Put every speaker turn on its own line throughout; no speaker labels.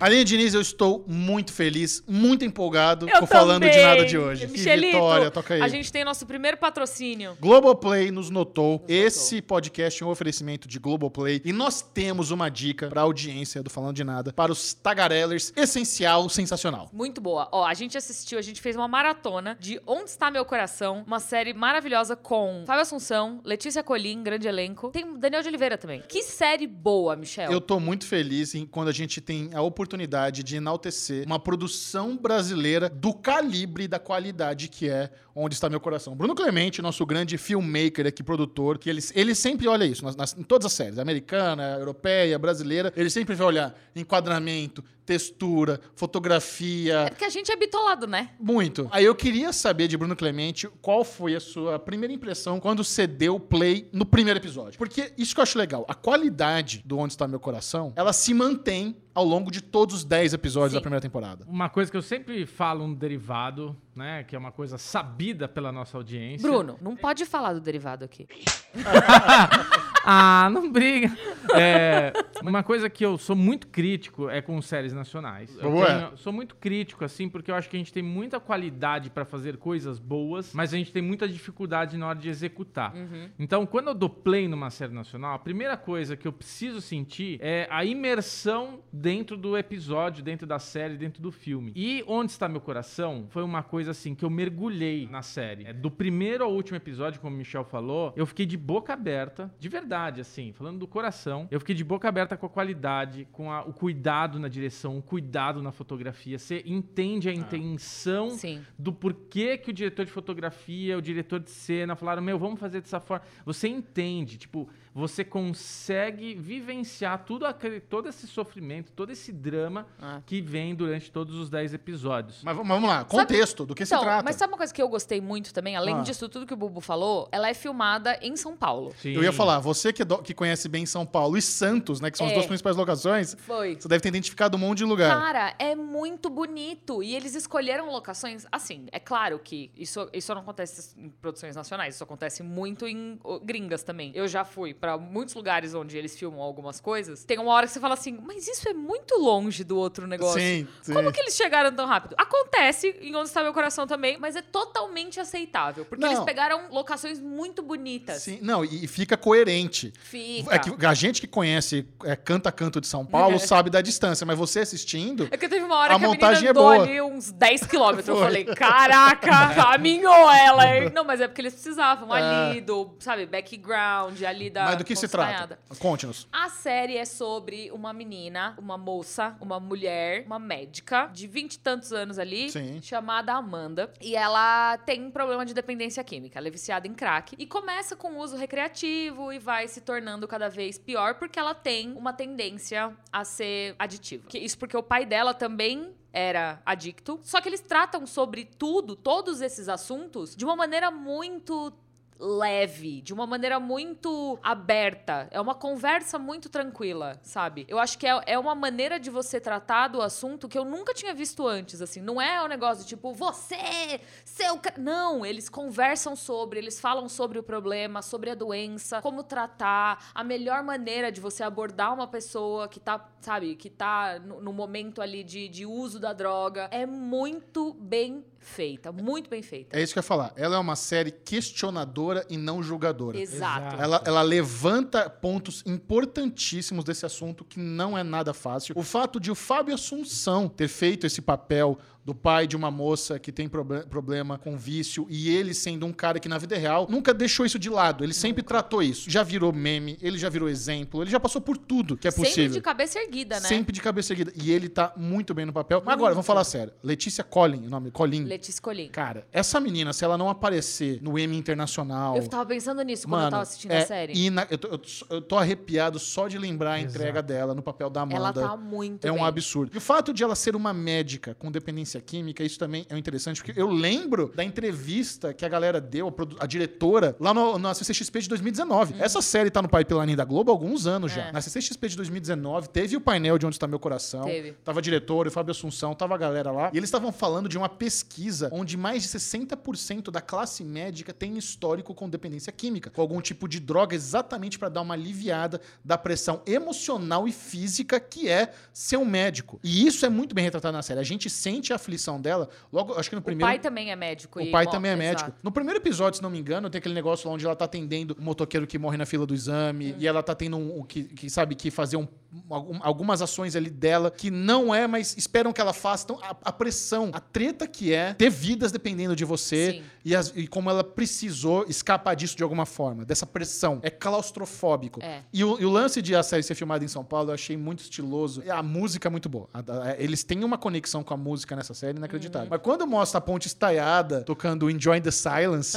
Aline Diniz, eu estou muito feliz, muito empolgado
Eu
com o falando de
também.
nada de hoje.
Michelito,
que vitória, toca aí.
A gente tem nosso primeiro patrocínio.
Globoplay nos notou. Esse podcast é um oferecimento de Globoplay e nós temos uma dica para a audiência do Falando de Nada, para os tagarellers, essencial, sensacional.
Muito boa. Ó, a gente assistiu, a gente fez uma maratona de Onde Está Meu Coração, uma série maravilhosa com Fábio Assunção, Letícia Colim, grande elenco. Tem Daniel de Oliveira também. Que série boa, Michel.
Eu tô muito feliz em quando a gente tem a oportunidade de enaltecer uma produção brasileira do calibre e da qualidade que é Onde Está Meu Coração. Bruno Clemente, nosso grande filmmaker aqui, produtor, que ele, ele sempre olha isso, nas, nas- em todas as séries, americana, europeia, brasileira, ele sempre vai olhar enquadramento, textura, fotografia,
É porque a gente é bitolado, né?
Muito. Aí eu queria saber de Bruno Clemente qual foi a sua primeira impressão quando você deu play no primeiro episódio. Porque isso que eu acho legal, a qualidade do Onde Está Meu Coração, ela se mantém ao longo de todos os 10 episódios
Sim.
da primeira temporada.
Uma coisa que eu sempre falo, um derivado, né? Que é uma coisa sabida pela nossa audiência.
Bruno, não pode falar do derivado aqui.
Ah, não briga. É, uma coisa que eu sou muito crítico é com séries nacionais. Eu
Ué.
tenho- sou muito crítico, assim, porque eu acho que a gente tem muita qualidade pra fazer coisas boas, mas a gente tem muita dificuldade na hora de executar. Então, quando eu dou play numa série nacional, a primeira coisa que eu preciso sentir é a imersão dentro do episódio, dentro da série, dentro do filme. E Onde Está Meu Coração foi uma coisa assim que eu mergulhei na série. É, Do primeiro ao último episódio, como o Michel falou, eu fiquei de boca aberta, de verdade, assim, falando do coração, eu fiquei de boca aberta com a qualidade, com a- o cuidado na direção, o cuidado na fotografia. Você entende a intenção
Hum. Sim.
do porquê que o diretor de fotografia, o diretor de cena falaram, meu, vamos fazer dessa forma. Você entende, tipo, você consegue vivenciar tudo aquele, todo esse sofrimento, todo esse drama
Ah.
que vem durante todos os 10 episódios.
Mas, v- mas vamos lá, contexto, do que
Então,
se trata.
mas sabe uma coisa que eu gostei muito também? Além
Ah.
disso tudo que o Bubu falou, ela é filmada em São Paulo.
Sim.
Eu ia falar, você que, é do- que conhece bem São Paulo e Santos, né, que são as
É.
duas principais locações,
Foi.
você deve ter identificado um monte de lugar.
Cara, é muito bonito. E eles escolheram locações. Assim, é claro que isso, isso não acontece em produções nacionais, isso acontece muito em ô, gringas também. Eu já fui pra muitos lugares onde eles filmam algumas coisas. Tem uma hora que você fala assim, mas isso é muito longe do outro negócio.
sim, sim.
Como é que eles chegaram tão rápido? Acontece em Onde Está Meu Coração também, mas é totalmente aceitável. Porque
Não.
eles pegaram locações muito bonitas.
Sim, não, e e fica coerente.
Fica.
É que a gente que conhece é, canto a canto de São Paulo sabe da distância, mas você assistindo,
É que teve uma hora
A
que a
montagem
menina
é
andou
boa. É.
ali uns 10 quilômetros. Eu falei, caraca, caminhou ela. hein?" Não, mas é porque eles precisavam ali do, sabe, background, ali da
mas do que se
acompanhada.
trata? Conte-nos.
A série é sobre uma menina, uma moça, uma mulher, uma médica de vinte e tantos anos ali,
Sim.
chamada Amanda. E ela tem um problema de dependência química. Ela é viciada em crack. E começa com o uso recreativo e vai se tornando cada vez pior porque ela tem uma tendência a ser aditiva. Que- Isso porque o pai dela também. Era adicto. Só que eles tratam sobre tudo, todos esses assuntos, de uma maneira muito leve, de uma maneira muito aberta. É uma conversa muito tranquila, sabe? Eu acho que é, é uma maneira de você tratar do assunto que eu nunca tinha visto antes, assim. Não é o negócio de, tipo, você, seu... ca-" Não, eles conversam sobre, eles falam sobre o problema, sobre a doença, como tratar, a melhor maneira de você abordar uma pessoa que tá, sabe, que tá no, no momento ali de, de uso da droga. É muito bem feita, muito bem feita.
É isso que eu ia falar. Ela é uma série questionadora e não julgadora.
Exato.
Ela, ela levanta pontos importantíssimos desse assunto que não é nada fácil. O fato de o Fábio Assunção ter feito esse papel do pai de uma moça que tem proble- problema com vício e ele sendo um cara que na vida real nunca deixou isso de lado. Ele sempre tratou isso. Já virou meme, ele já virou exemplo, ele já passou por tudo que é
Sempre
possível.
de cabeça erguida, né?
Sempre de cabeça erguida. E ele tá muito bem no papel. Mas agora, vamos falar sério. Letícia Collin, o nome Collin.
Letícia Colim.
Cara, essa menina, se ela não aparecer no Emmy Internacional.
Eu tava pensando nisso quando eu tava assistindo
é
a série.
ina- eu, tô, eu tô- eu tô arrepiado só de lembrar a entrega dela no papel da Amanda.
Ela tá muito
é um
bem.
absurdo. E o fato de ela ser uma médica com dependência dependência química, isso também é interessante, porque eu lembro da entrevista que a galera deu, a, produ- a diretora, lá no, na CCXP de 2019. Essa série tá no pipeline da Globo há alguns anos já.
Uhum. É.
Na CCXP de 2019, teve o painel de Onde Está Meu Coração.
Teve.
Tava a diretora, o Fábio Assunção, tava a galera lá. E eles estavam falando de uma pesquisa onde mais de 60% da classe médica tem histórico com dependência química, com algum tipo de droga, exatamente para dar uma aliviada da pressão emocional e física que é ser um médico. E isso é muito bem retratado na série. A gente sente a aflição dela logo, acho que no
O
primeiro.
pai também é médico.
O
e
pai
mo-
também é
Exato.
médico. No primeiro episódio, se não me engano, tem aquele negócio lá onde ela tá atendendo o motoqueiro que morre na fila do exame.
Uhum.
E ela tá tendo um, um que, que sabe que fazer um- algum- algumas ações ali dela que não é, mas esperam que ela faça. Então, a, a pressão, a treta que é ter vidas dependendo de você
Sim.
e, as- e como ela precisou escapar disso de alguma forma, dessa pressão. É claustrofóbico.
É.
E o, e o lance de a série ser filmada em São Paulo eu achei muito estiloso. E A música é muito boa. A- a- eles têm uma conexão com a música nessa série
Hum.
inacreditável. Mas quando mostra a ponte estaiada tocando Enjoy the Silence,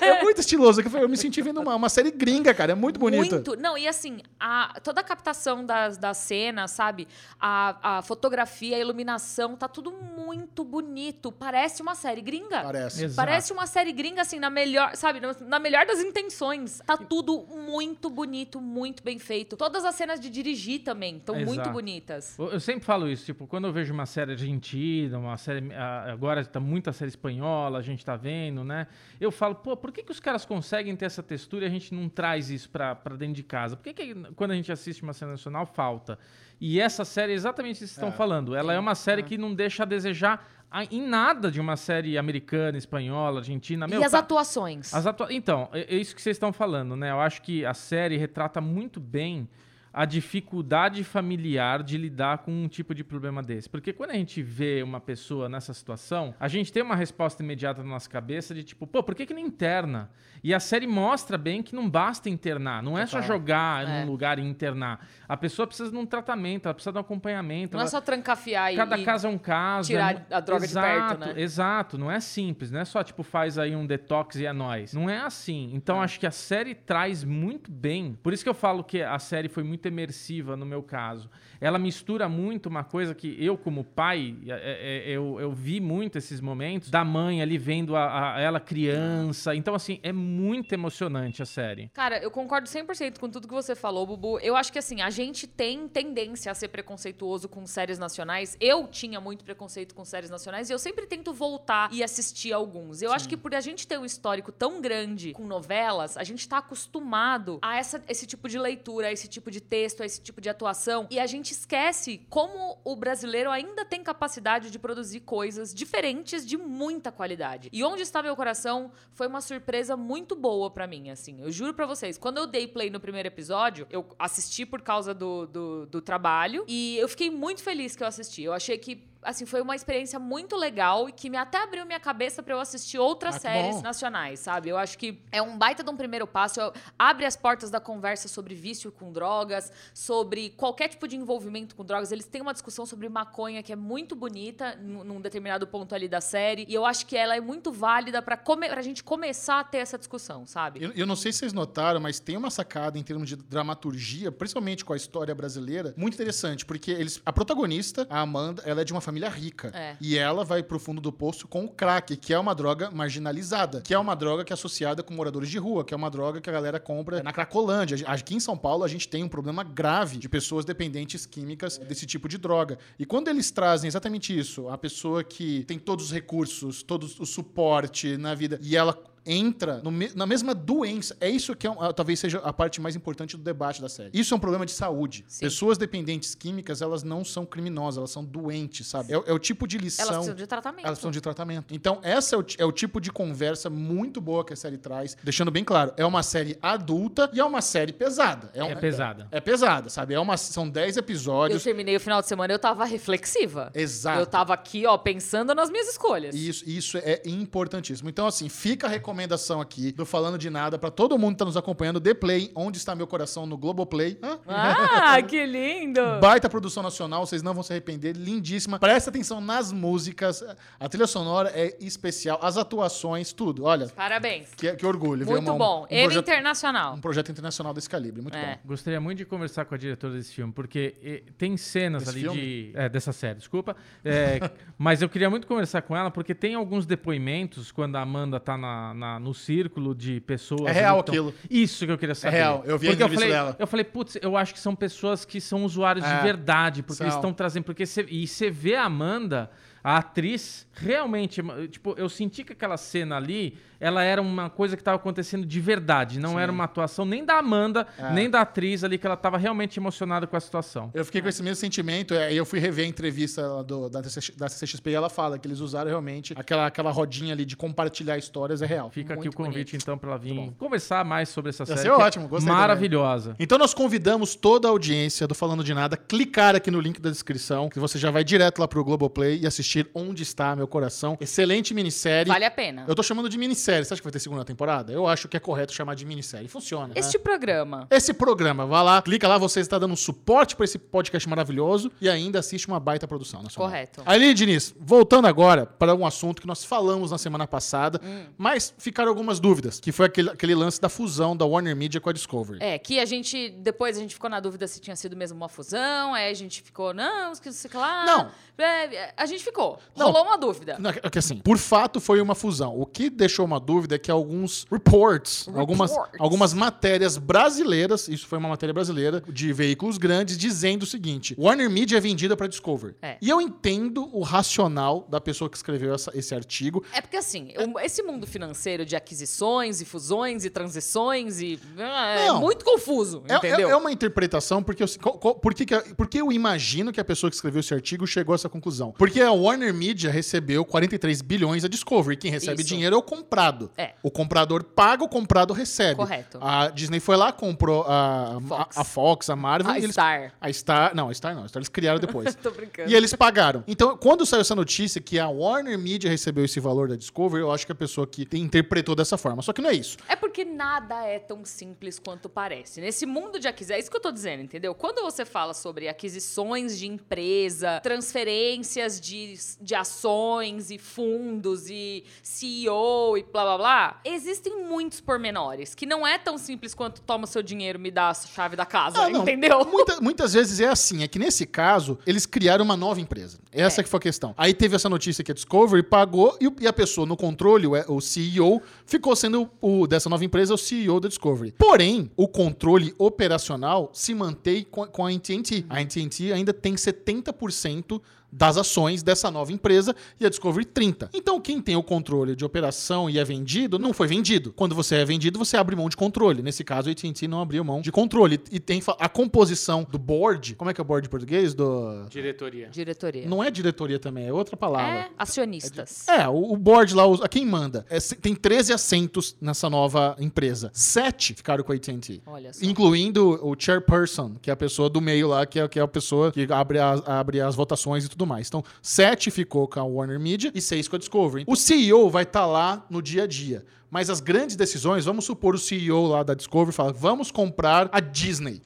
é muito estiloso. Eu falei, Eu me senti vendo uma, uma série gringa, cara. É muito bonita.
Muito. Não, e assim, a- toda a captação das, da cena, sabe? A, a fotografia, a iluminação, tá tudo muito bonito. Parece uma série gringa.
Parece.
Exato.
Parece uma série gringa, assim, na melhor, sabe, na- na melhor das intenções. Tá tudo muito bonito, muito bem feito. Todas as cenas de dirigir também estão muito
Exato.
bonitas.
Eu eu sempre falo isso, tipo, quando eu vejo uma série argentina, uma série. ah, Agora tá muita série espanhola, a gente tá vendo, né? Eu falo, pô, por que, que os caras conseguem ter essa textura e a gente não traz isso pra, pra dentro de casa? Por que, que quando a gente assiste uma série nacional falta? E essa série é exatamente isso que vocês estão falando. Ela é uma série que não deixa a desejar a- em nada de uma série americana, espanhola, argentina. Meu,
e as
tá-
atuações.
as atua- Então, é é isso que vocês estão falando, né? Eu acho que a série retrata muito bem a dificuldade familiar de lidar com um tipo de problema desse. Porque quando a gente vê uma pessoa nessa situação, a gente tem uma resposta imediata na nossa cabeça de tipo, pô, por que, que não interna? E a série mostra bem que não basta internar, não é só
Total.
jogar
É.
num lugar e internar. A pessoa precisa de um tratamento, ela precisa de um acompanhamento.
Não é
ela-
só trancafiar e-
Cada
e...
caso é um caso.
tirar
é mu-
a droga de
exato,
perto, né?
Exato, não é simples, não é só tipo faz aí um detox e é nóis. Não é assim. Então acho que a série traz muito bem. Por isso que eu falo que a série foi muito imersiva no meu caso. Ela mistura muito uma coisa que eu, como pai, é- é- eu, eu vi muito esses momentos da mãe ali vendo a- a- ela criança. Então, assim, é muito emocionante a série.
Cara, eu concordo 100% com tudo que você falou, Bubu. Eu acho que, assim, a gente tem tendência a ser preconceituoso com séries nacionais. Eu tinha muito preconceito com séries nacionais e eu sempre tento voltar e assistir alguns. Eu acho que por a gente ter um histórico tão grande com novelas, a gente tá acostumado a essa- esse tipo de leitura, a esse tipo de texto, a esse tipo de atuação. E a gente esquece como o brasileiro ainda tem capacidade de produzir coisas diferentes de muita qualidade. E Onde Está Meu Coração foi uma surpresa muito boa pra mim, assim. Eu juro pra vocês, quando eu dei play no primeiro episódio, eu assisti por causa do, do, do trabalho e eu fiquei muito feliz que eu assisti. Eu achei que, assim, foi uma experiência muito legal e que me até abriu minha cabeça pra eu assistir outras
Ah, que
séries
bom.
nacionais, sabe? Eu acho que é um baita de um primeiro passo, eu- abre as portas da conversa sobre vício com drogas, sobre qualquer tipo de envolvimento com drogas. Eles têm uma discussão sobre maconha que é muito bonita num num determinado ponto ali da série, e eu acho que ela é muito válida pra, come, pra gente começar a ter essa discussão, sabe?
Eu, eu não sei se vocês notaram, mas tem uma sacada em termos de dramaturgia, principalmente com a história brasileira, muito interessante, porque eles, a protagonista, a Amanda, ela é de uma família rica.
É.
E ela vai pro fundo do poço com o crack, que é uma droga marginalizada, que é uma droga que é associada com moradores de rua, que é uma droga que a galera
É
compra na Cracolândia. Aqui em São Paulo, a gente tem um problema grave de pessoas dependentes químicas desse tipo de droga. E quando eles trazem exatamente isso, a pessoa que tem todos os recursos, todo o suporte na vida, e ela entra no me- na mesma doença. É isso que é um- ah, talvez seja a parte mais importante do debate da série. Isso é um problema de saúde.
Sim.
Pessoas dependentes químicas, elas não são criminosas, elas são doentes, sabe? É, o- é o tipo de lição.
Elas precisam de tratamento.
Elas precisam de tratamento. Então, essa é o, ti- é o tipo de conversa muito boa que a série traz. Deixando bem claro, é uma série adulta e é uma série pesada. um-
É pesada.
É, pesada, sabe? É uma, são 10
Eu
episódios.
terminei o final de semana, eu tava reflexiva.
Exato.
Eu tava aqui, ó, pensando nas minhas escolhas.
Isso, isso é importantíssimo. Então, assim, fica a recomendação aqui do Falando de Nada pra todo mundo que tá nos acompanhando. The Play, Onde Está Meu Coração, no Globoplay. Hã?
Ah, que lindo!
Baita produção nacional, vocês não vão se arrepender, lindíssima. Presta atenção nas músicas, a trilha sonora é especial, as atuações, tudo. Olha,
Parabéns.
que, que orgulho. ver
Muito
uma-
bom.
Um,
Ele
projeto,
internacional.
um projeto internacional desse calibre, muito
É.
bom.
Gostaria muito de conversar com a diretora desse filme, porque eh, tem cenas
Desse
ali
filme?
de. É, dessa série, desculpa. É, mas eu queria muito conversar com ela, porque tem alguns depoimentos quando a Amanda tá na, na- no círculo de pessoas.
É
ali
real
que tão-
aquilo. É
Isso que eu queria saber.
real, eu vi a
Porque
entrevista
falei,
dela.
Eu falei, putz, eu acho que são pessoas que são usuários
É,
de verdade, porque
são.
eles estão trazendo. Porque cê- e você vê a Amanda. A atriz realmente, tipo, eu senti que aquela cena ali, ela era uma coisa que estava acontecendo de verdade, não era uma atuação nem da Amanda,
É.
nem da atriz ali, que ela estava realmente emocionada com a situação.
Eu fiquei com esse mesmo sentimento, é, e eu fui rever a entrevista lá do- da, TCX da CCXP e ela fala que eles usaram realmente aquela, aquela rodinha ali de compartilhar histórias, é real.
Fica
Muito
aqui o convite, então, para ela vir conversar mais sobre essa
Ia
série.
ser
que é
ótimo, gostei também.
Maravilhosa.
Então nós convidamos toda a audiência do Falando de Nada a clicar aqui no link da descrição, que você já vai direto lá pro Globoplay e assistir Onde Está Meu Coração. Excelente minissérie.
Vale a pena.
Eu tô chamando de minissérie. Você acha que vai ter segunda temporada? Eu acho que é correto chamar de minissérie. Funciona. né?
Este programa.
Esse programa, vá lá, clica lá, você está dando um suporte para esse podcast maravilhoso e ainda assiste uma baita produção nacional.
Correto.
Aline Diniz, voltando agora para um assunto que nós falamos na semana passada,
Hum.
mas ficaram algumas dúvidas, que foi aquele, aquele lance da fusão da Warner Media com a Discovery.
É, que a gente. Depois a gente ficou na dúvida se tinha sido mesmo uma fusão, aí a gente ficou, não, esqueci, sei lá.
Não.
É, a gente ficou.
Não.
Rolou uma dúvida.
Não, é que assim, por fato foi uma fusão. O que deixou uma dúvida é que alguns reports, Algumas,
Reports.
algumas matérias brasileiras, isso foi uma matéria brasileira, de veículos grandes, dizendo o seguinte: Warner Media é vendida para Discovery.
É.
E eu entendo o racional da pessoa que escreveu essa- esse artigo.
É porque assim, o- esse mundo financeiro de aquisições e fusões e transições e. É,
Não.
muito confuso,
É,
entendeu?
é- é uma interpretação, porque eu, co- co- por que que a- por que eu imagino que a pessoa que escreveu esse artigo chegou a essa conclusão. Porque a Warner Media recebeu 43 bilhões da Discovery. Quem recebe
Isso.
dinheiro é o comprado.
É.
O comprador paga, o comprado recebe.
Correto.
A Disney foi lá, comprou a a- a Fox,
Fox.
a, Marvel.
A
e eles-
Ah, Star.
a Star. Não, a Star não. A Star eles criaram depois.
Tô brincando.
E eles pagaram. Então, quando saiu essa notícia que a Warner Media recebeu esse valor da Discovery, eu acho que a pessoa que interpretou dessa forma. Só que não é isso.
É porque nada é tão simples quanto parece. Nesse mundo de aquisição, é isso que eu tô dizendo, entendeu? Quando você fala sobre aquisições de empresa, transferências de, de ações e fundos e CEO e blá blá blá, existem muitos pormenores que não é tão simples quanto toma seu dinheiro, me dá a chave da casa,
Ah, não.
entendeu?
Muita- muitas vezes é assim. É que nesse caso, eles criaram uma nova empresa. Essa que foi a questão. Aí teve essa notícia que a Discovery pagou e, o- e a pessoa no controle, o, o CEO, ficou sendo o dessa nova empresa o CEO da Discovery. Porém, o controle operacional se mantém com, a- com a AT&T. A AT&T ainda tem 70% das ações dessa nova empresa e a Discovery 30. Então, quem tem o controle de operação e é vendido, não foi vendido. Quando você é vendido, você abre mão de controle. Nesse caso, a AT&T não abriu mão de controle. E tem fa- a composição do board, como é que é o board em português? Do...
Diretoria.
Diretoria.
Não é diretoria também, é outra palavra.
É, acionistas.
É, o o board lá, os- a quem manda, é se- tem 13 assentos nessa nova empresa. Sete ficaram com a AT&T.
Olha só.
Incluindo o chairperson, que é a pessoa do meio lá, que é, que é a pessoa que abre as, abre as votações e tudo mais. Então, sete ficou com a Warner Media e seis com a Discovery. O CEO vai estar lá no dia a dia. Mas as grandes decisões, vamos supor o CEO lá da Discovery fala, vamos comprar a Disney.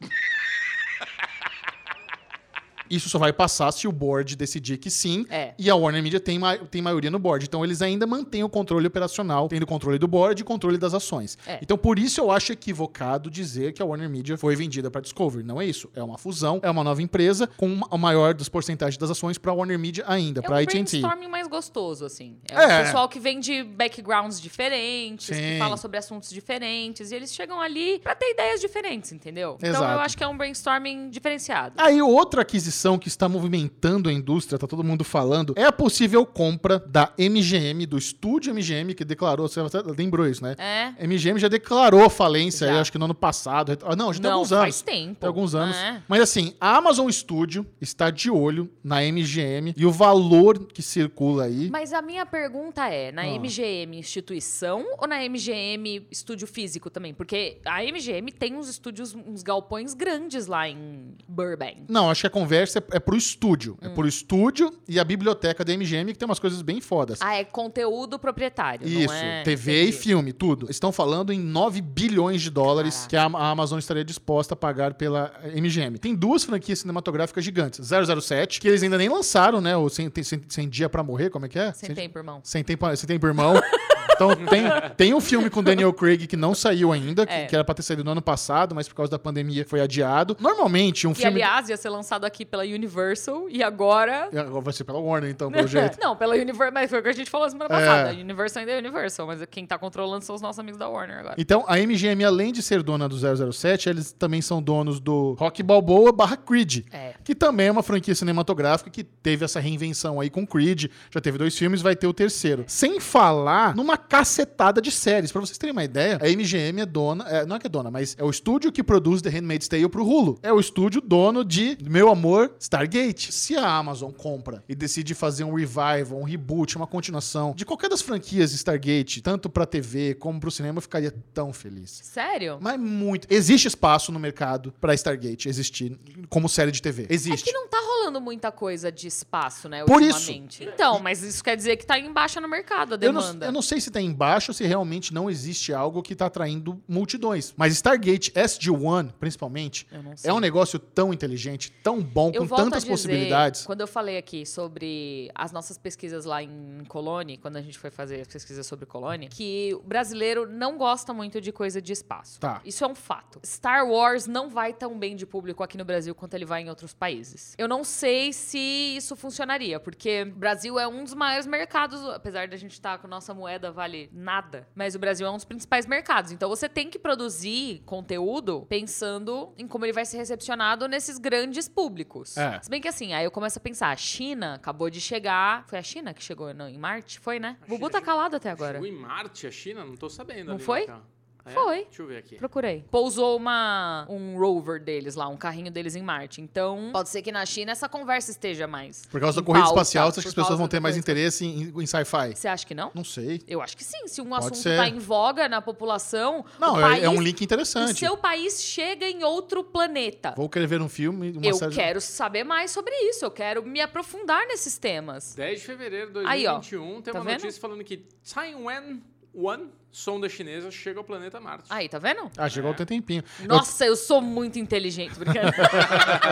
Isso só vai passar se o board decidir que sim.
É.
E a Warner Media tem, ma- tem maioria no board. Então eles ainda mantêm o controle operacional, tendo controle do board e controle das ações.
É.
Então por isso eu acho equivocado dizer que a Warner Media foi vendida para Discovery. Não é isso. É uma fusão, é uma nova empresa com uma- a maior das porcentagens das ações para a Warner Media ainda,
É
para
um
a AT&T.
brainstorming mais gostoso, assim. É,
É.
um pessoal que vem de backgrounds diferentes,
Sim.
que fala sobre assuntos diferentes, e eles chegam ali pra ter ideias diferentes, entendeu? Então
Exato. Ah.
eu acho que é um brainstorming diferenciado.
Aí outra aquisição que está movimentando a indústria, tá todo mundo falando, é a possível compra da MGM, do estúdio MGM, que declarou, você até lembrou isso, né?
É.
MGM já declarou falência,
Já.
eu acho que no ano passado. ret- ah, Não, já tem
Não,
alguns
faz
anos.
tempo.
Tem alguns anos.
É.
Mas assim, a Amazon Studio está de olho na MGM e o valor que circula aí.
Mas a minha pergunta é, na
Ah.
MGM instituição ou na MGM estúdio físico também? Porque a MGM tem uns estúdios, uns galpões grandes lá em Burbank.
Não, acho que a Universo é, é pro estúdio.
Hum.
É pro estúdio e a biblioteca da MGM, que tem umas coisas bem fodas.
Ah, é conteúdo proprietário.
Isso,
não é...
TV e
Entendi.
filme, tudo. Estão falando em 9 bilhões de dólares
Caraca.
que a a Amazon estaria disposta a pagar pela eh, MGM. Tem duas franquias cinematográficas gigantes. 007, que eles ainda nem lançaram, né? O Sem, Tem- Sem- Sem Dia Pra Morrer, como é que é?
Sem tempo, irmão.
Sem tempo, sem tempo irmão. Então tem, tem um filme com Daniel Craig que não saiu ainda, que,
É.
que era pra ter saído no ano passado, mas por causa da pandemia foi adiado. Normalmente um
E,
filme...
aliás, ia ser lançado aqui pela Universal e agora... né?
Agora Vai ser pela Warner, então, pelo jeito.
Não, pela Universal, mas foi o que a gente falou semana passada. A Universal ainda é Universal, mas quem tá controlando são os nossos amigos da Warner agora.
Então, a MGM, além de ser dona do 007, eles também são donos do Rock Balboa barra Creed.
É.
Que também é uma franquia cinematográfica que teve essa reinvenção aí com Creed. Já teve dois filmes, vai ter o terceiro. Sem falar numa cacetada de séries. Pra vocês terem uma ideia, a MGM é dona... é, não é que é dona, mas é o estúdio que produz The Handmaid's Tale pro Hulu. É o estúdio dono de, meu amor, Stargate. Se a Amazon compra e decide fazer um revival, um reboot, uma continuação de qualquer das franquias Stargate, tanto pra TV como pro cinema, eu ficaria tão feliz.
Sério?
Mas muito. Existe espaço no mercado pra Stargate existir como série de TV.
É que
Existe.
não tá rolando muita coisa de espaço, né,
Por isso.
ultimamente. Então, mas isso quer dizer que tá em baixa no mercado a
Eu não,
demanda.
eu não sei se tá embaixo ou se realmente não existe algo que tá atraindo multidões. Mas Stargate SG-1, principalmente,
Eu não sei.
é um negócio tão inteligente, tão bom,
Eu
com
volto a
tantas
dizer,
possibilidades.
Quando eu falei aqui sobre as nossas pesquisas lá em Colônia, quando a gente foi fazer as pesquisas sobre Colônia, que o brasileiro não gosta muito de coisa de espaço.
Tá.
Isso é um fato. Star Wars não vai tão bem de público aqui no Brasil quanto ele vai em outros países. Eu não sei se isso funcionaria, porque o Brasil é um dos maiores mercados, apesar da gente estar com nossa moeda vale nada, mas o Brasil é um dos principais mercados. Então você tem que produzir conteúdo pensando em como ele vai ser recepcionado nesses grandes públicos.
É.
Se bem que assim, aí eu começo a pensar, a China acabou de chegar. Foi a China que chegou não, em Marte? Foi, né? Bubu
China
tá
chegou-
calado até agora.
Chegou em Marte, a China? Não tô sabendo.
Não
ali,
foi?
Matheus. Ah, é?
Foi.
Deixa eu ver aqui.
Procurei. Pousou uma, um rover deles lá, um carrinho deles em Marte. Então, pode ser que na China essa conversa esteja mais.
Por causa
em
da corrida
pauta,
espacial, você acha que as
por
pessoas
causa
vão
da
ter mais
corrida
interesse em, em sci-fi?
Você acha que não?
Não sei.
Eu acho que sim. Se um
Pode
assunto
ser.
tá em voga na população,
Não,
o
é,
país,
é um link
o
interessante.
seu país chega em outro planeta.
Vou querer ver um filme, uma
eu
série.
quero saber mais sobre isso. Eu quero me aprofundar nesses temas.
10 de fevereiro de
Aí, ó.
2021, tem
Tá
uma
vendo?
notícia falando que Taiwan-1, sonda chinesa, chega ao planeta Marte.
Aí, tá vendo?
Ah, chegou até tempinho.
Nossa, eu sou muito inteligente, brincando.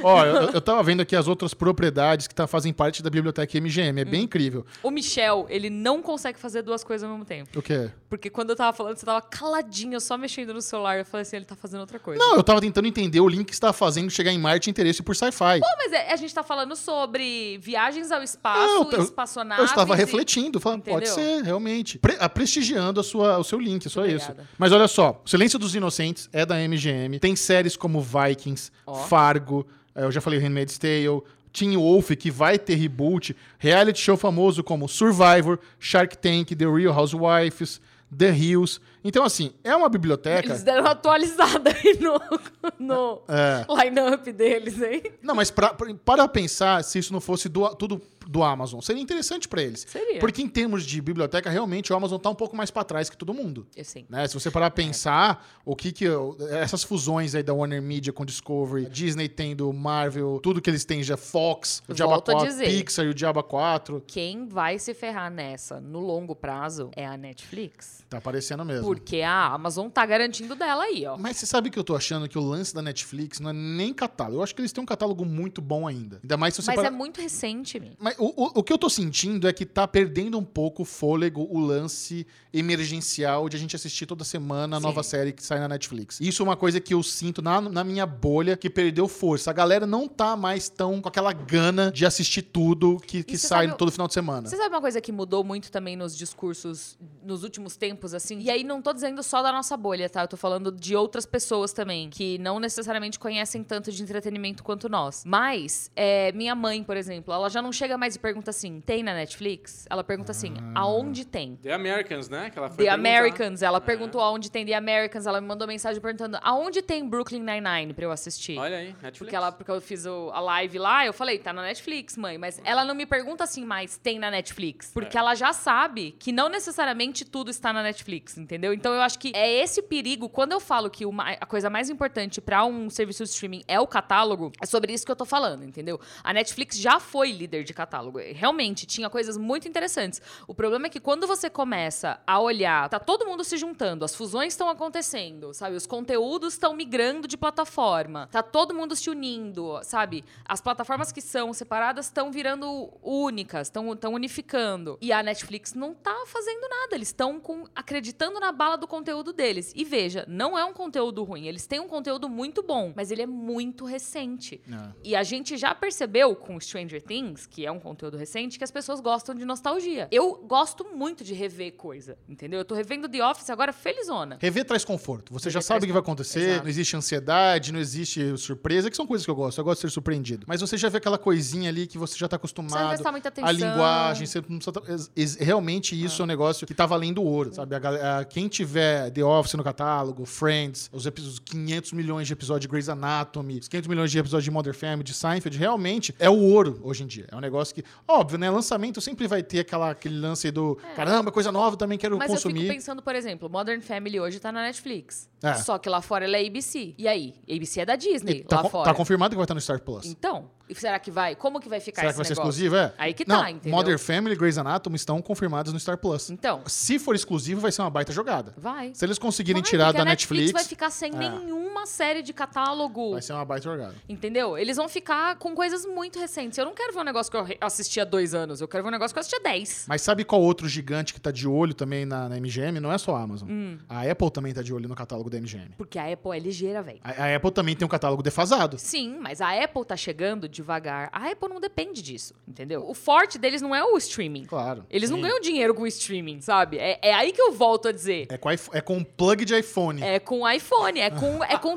Ó, eu, eu tava vendo aqui as outras propriedades que tá, fazem parte da biblioteca MGM. É bem incrível.
O Michel, ele não consegue fazer duas coisas ao mesmo tempo.
O quê?
Porque quando eu tava falando, você tava caladinho, só mexendo no celular. Eu falei assim, ele tá fazendo outra coisa.
Não, eu tava tentando entender o link que está fazendo chegar em Marte interesse por sci-fi.
Não, mas é- a gente tá falando sobre viagens ao espaço,
Não, eu tô-
espaçonaves.
Eu estava
e-
refletindo, falando, pode
Entendeu?
ser, realmente. Pre- a- prestigiando a sua, o seu link, só
Muito
isso.
obrigada.
Mas olha só, o Silêncio dos Inocentes é da MGM. Tem séries como Vikings,
Ó.
Fargo, eh, eu já falei Handmaid's Tale, Teen Wolf, que vai ter reboot, reality show famoso como Survivor, Shark Tank, The Real Housewives, The Hills. Então, assim, é uma biblioteca...
Eles deram uma atualizada aí no, no
É.
line-up deles, hein?
Não, mas pra, pra- para pensar se isso não fosse do, tudo do Amazon, seria interessante pra eles.
Seria.
Porque em termos de biblioteca, realmente o Amazon tá um pouco mais pra trás que todo mundo.
Eu sei.
né? Se você parar a pensar, o que que eu- essas fusões aí da Warner Media com Discovery, Disney tendo Marvel, tudo que eles têm já Fox, o Diaba
Volto a
4,
dizer.
Pixar e o Diaba 4,
Quem vai se ferrar nessa no longo prazo é a Netflix.
tá aparecendo mesmo.
Porque a Amazon tá garantindo dela aí, ó.
Mas você sabe que eu tô achando que o lance da Netflix não é nem catálogo. Eu acho que eles têm um catálogo muito bom ainda. Ainda mais se você
Mas
parar-
é muito recente, mim.
Mas o, o, o que eu tô sentindo é que tá perdendo um pouco o fôlego, o lance emergencial de a gente assistir toda semana a
Sim.
nova série que sai na Netflix. Isso é uma coisa que eu sinto na, na minha bolha que perdeu força. A galera não tá mais tão com aquela gana de assistir tudo que, que
você
sai
sabe o-
todo final de semana.
Né?
Você sabe uma coisa que mudou muito também nos discursos nos últimos tempos, assim? E aí não tô dizendo só da nossa bolha, tá? Eu tô falando de outras pessoas também, que não necessariamente conhecem tanto de entretenimento quanto nós. Mas, é, minha mãe, por exemplo, ela já não chega mais e pergunta assim: tem na Netflix? Ela pergunta assim: aonde tem?
The Americans, né? Que ela Ah. foi
The
perguntar.
Americans, ela
É.
perguntou aonde tem The Americans, ela me mandou mensagem perguntando aonde tem Brooklyn Nine-Nine pra eu assistir.
Olha aí, Netflix.
Porque, ela, porque eu fiz o- a live lá, eu falei, tá na Netflix, mãe. Mas ela não me pergunta assim, mas tem na Netflix? Porque
Ah. É.
ela já sabe que não necessariamente tudo está na Netflix, entendeu? entendeu? Então eu acho que é esse perigo. Quando eu falo que o ma- a coisa mais importante pra um serviço de streaming é o catálogo, é sobre isso que eu tô falando, entendeu? A Netflix já foi líder de catálogo. Realmente, tinha coisas muito interessantes. O problema é que quando você começa a olhar, tá todo mundo se juntando, as fusões estão acontecendo, sabe? Os conteúdos estão migrando de plataforma, tá todo mundo se unindo, sabe? As plataformas que são separadas estão virando únicas, estão unificando. E a Netflix não tá fazendo nada, eles estão acreditando na bala do conteúdo deles. E veja, não é um conteúdo ruim, eles têm um conteúdo muito bom, mas ele é muito recente.
É.
E a gente já percebeu com Stranger Things, que é um conteúdo recente, que as pessoas gostam de nostalgia. Eu gosto muito de rever coisa, entendeu? Eu tô revendo The Office agora felizona.
Rever traz conforto. Você já
Rever
sabe
traz
o que vai acontecer,
Exato.
não existe ansiedade, não existe surpresa, que são coisas que eu gosto. Eu gosto de ser surpreendido. Mas você já vê aquela coisinha ali que você já tá
Precisa
acostumado.
prestar muita atenção. Ah.
A linguagem, você não precisa tá- ex- ex- realmente isso é um negócio que tá valendo ouro, sabe? A gal- a- quem tiver The Office no catálogo, Friends, os, epi- os 500 milhões de episódios de Grey's Anatomy, os 500 milhões de episódios de Modern Family, de Seinfeld, realmente é o ouro hoje em dia. É um negócio que, óbvio, né? Lançamento sempre vai ter aquela, aquele lance do caramba, coisa nova, também quero
É. Mas eu
consumir.
fico pensando, por exemplo, Modern Family hoje tá na Netflix.
É.
Só que lá fora ela é ABC. E aí? ABC é da Disney,
E tá,
lá
con-
fora.
tá confirmado que vai estar no Star Plus.
Então, e será que vai? Como que vai ficar
Será que
esse
vai ser
negócio?
exclusivo? É.
Aí que
não,
tá, entendeu?
Modern Family e Grey's Anatomy estão confirmados no Star Plus.
Então,
Se for exclusivo, vai ser uma baita jogada.
vai.
Se eles conseguirem
Vai,
tirar
porque
da
a Netflix,
Netflix,
vai ficar sem
É.
nenhuma série de catálogo.
vai ser uma baita jogada.
Entendeu? Eles vão ficar com coisas muito recentes. Eu não quero ver um negócio que eu re- assisti há dois anos. Eu quero ver um negócio que eu assisti há dez.
Mas sabe qual outro gigante que tá de olho também na, na MGM? Não é só a Amazon.
Hum.
A Apple também tá de olho no catálogo da MGM.
Porque a Apple é ligeira, velho.
A, a Apple também tem um catálogo defasado.
Sim, mas a Apple tá chegando devagar. A Apple não depende disso, entendeu? O forte deles não é o streaming.
Claro.
Eles não
Sim.
ganham dinheiro com o streaming, sabe? É, é aí que eu volto a dizer.
É com, iPho- é com um plug de iPhone.
É com iPhone, é com, é com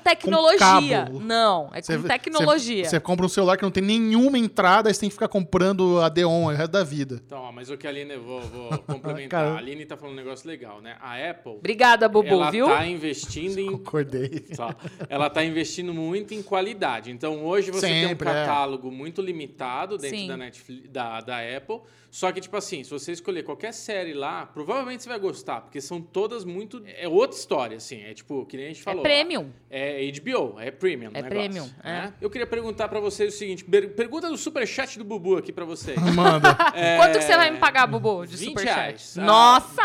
tecnologia.
cabo.
não, é
Cê-
com tecnologia.
cê- Você compra um celular que não tem nenhuma entrada, aí você tem que ficar comprando a Deon o resto da vida.
Então, ó, mas o que a Aline, eu vou, vou complementar.
Cara.
A Aline tá falando um negócio legal, né? A Apple,
Obrigada, Bubu,
ela
viu?
tá investindo em
Concordei.
Tá. Ela está investindo muito em qualidade. Então, hoje você tem um
Sempre, é.
catálogo muito limitado dentro
Sim.
da, Netflix, da, da Apple. Só que, tipo assim, se você escolher qualquer série lá, provavelmente você vai gostar, porque são todas muito. É outra história, assim. É tipo, que nem a gente
É
falou.
premium.
É HBO, é premium. o
É
negócio,
premium, é.
né? Eu queria perguntar pra vocês o seguinte: per- pergunta do superchat do Bubu aqui pra vocês.
Manda.
É,
Quanto que você vai me pagar, Bubu, de
20
superchat?
reais. Ah,
Nossa!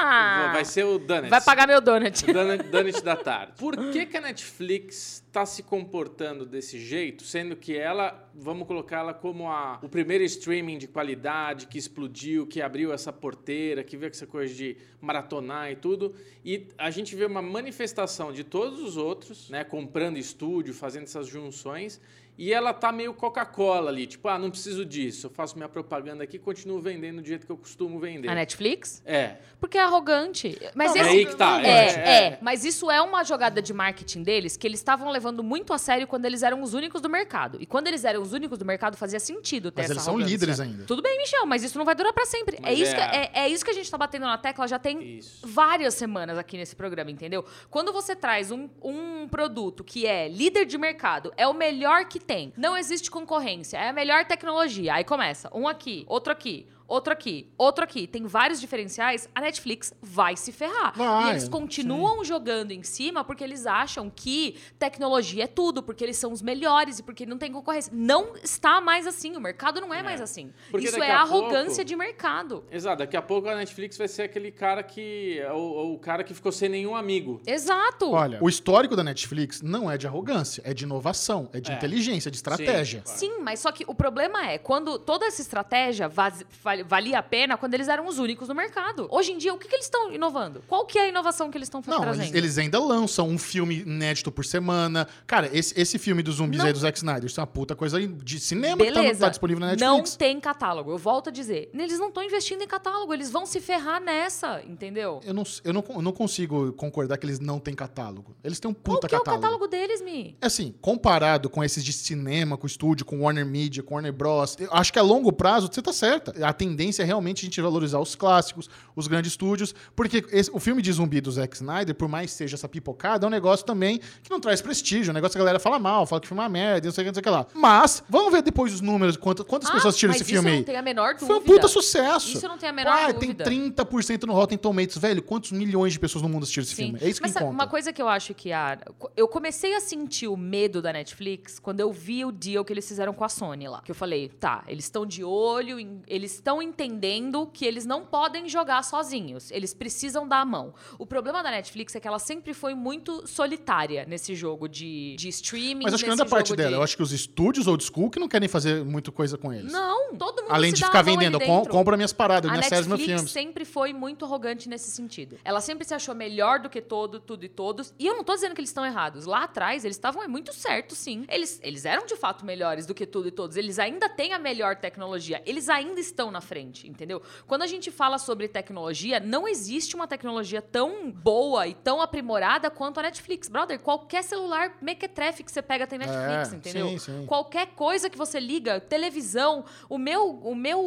Vai ser o Donuts.
Vai pagar meu donut.
Dana- Danit da tarde. Por que, que a Netflix está se comportando desse jeito, sendo que ela, vamos colocá-la como a, o primeiro streaming de qualidade que explodiu, que abriu essa porteira, que veio com essa coisa de maratonar e tudo, e a gente vê uma manifestação de todos os outros, né, comprando estúdio, fazendo essas junções, e ela tá meio Coca-Cola ali, tipo, ah, não preciso disso, eu faço minha propaganda aqui e continuo vendendo do jeito que eu costumo vender.
A Netflix?
É.
Porque é arrogante. Mas
Não,
esse-
é aí que tá,
É,
é,
é.
é.
Mas isso é uma jogada de marketing deles que eles estavam levando muito a sério quando eles eram os únicos do mercado. E quando eles eram os únicos do mercado, fazia sentido ter
Mas
essa
eles são
arrogância.
líderes ainda.
Tudo bem, Michel, mas isso não vai durar pra sempre. É
Mas
isso,
é
que,
a-
é, é isso que a gente tá batendo na tecla já tem
é Isso.
várias semanas aqui nesse programa, entendeu? Quando você traz um, um produto que é líder de mercado, é o melhor que tem, não existe concorrência, é a melhor tecnologia. Aí começa um aqui, outro aqui. Outro aqui, outro aqui, tem vários diferenciais, a Netflix vai se ferrar.
Vai,
e eles continuam jogando em cima porque eles acham que tecnologia é tudo, porque eles são os melhores e porque não tem concorrência. Não está mais assim, o mercado não é, mais assim.
Porque
Isso
daqui
é
a
arrogância
pouco-
de mercado.
Exato, daqui a pouco a Netflix vai ser aquele cara que. é O, o cara que ficou sem nenhum amigo.
Exato.
Olha, o histórico da Netflix não é de arrogância, é de inovação, é de
É.
inteligência, de estratégia.
claro.
Sim, mas só que o problema é quando toda essa estratégia vaz- val- valia a pena quando eles eram os únicos no mercado. Hoje em dia, o que, que eles estão inovando? Qual que é a inovação que eles estão
Não,
trazendo?
eles, eles ainda lançam um filme inédito por semana. Cara, esse, esse filme dos zumbis
Não.
aí do Zack Snyder, isso é uma puta coisa aí de cinema que tá no- tá,
Beleza.
disponível na
Não
Netflix.
tem catálogo. Eu volto a dizer. Eles não estão investindo em catálogo. Eles vão se ferrar nessa, entendeu?
Eu, não, eu, não, eu não consigo concordar que eles não têm catálogo. Eles têm um
Qual
puta
que é o
catálogo.
catálogo deles, Mi?
Assim, comparado com esses de cinema, com estúdio, com Warner Media, com Warner Bros., eu acho que a longo prazo você tá certa. A tendência é realmente a gente valorizar os clássicos, os grandes estúdios, porque esse- o filme de zumbi do Zack Snyder, por mais que seja essa pipocada, é um negócio também que não traz prestígio, é um negócio que a galera fala mal, fala que o filme é uma merda, não sei o que, não sei o que lá. Mas, vamos ver depois os números, quanto- quantas
Ah,
pessoas assistiram
mas
esse
isso
filme
eu
aí.
não tenho a menor dúvida.
Foi um puta sucesso.
Isso eu não tenho a menor
ah,
dúvida.
tem 30% no Rotten Tomatoes. Velho, quantos milhões de pessoas no mundo assistiram esse
Sim.
filme? É isso
Mas
que
sabe,
importa.
uma coisa que eu acho que a eu comecei a sentir o medo da Netflix quando eu vi o deal que eles fizeram com a Sony lá. Que eu falei, tá, eles estão de olho, em- eles estão entendendo que eles não podem jogar sozinhos, eles precisam dar a mão. O problema da Netflix é que ela sempre foi muito solitária nesse jogo de, de streaming.
Mas acho que não é
nesse
da parte
jogo
dela.
de-
Eu acho que os estúdios old school que não querem fazer muito coisa com eles.
Não, todo mundo
Além
se
de
dá a
ficar
mão ali
vendendo, com-
dentro.
compra minhas paradas,
A
minhas séries, meus
Netflix
filmes.
sempre foi muito arrogante nesse sentido. Ela sempre se achou melhor do que todo, tudo e todos. E eu não tô dizendo que eles estão errados. Lá atrás, eles estavam é, muito certos, sim. Eles, eles eram, de fato, melhores do que tudo e todos. Eles ainda têm a melhor tecnologia. Eles ainda estão na frente, entendeu? Quando a gente fala sobre tecnologia, não existe uma tecnologia tão boa e tão aprimorada quanto a Netflix. Brother, qualquer celular mequetrefe que você pega tem Netflix,
É,
entendeu?
sim, sim.
Qualquer coisa que você liga, televisão, o meu, o meu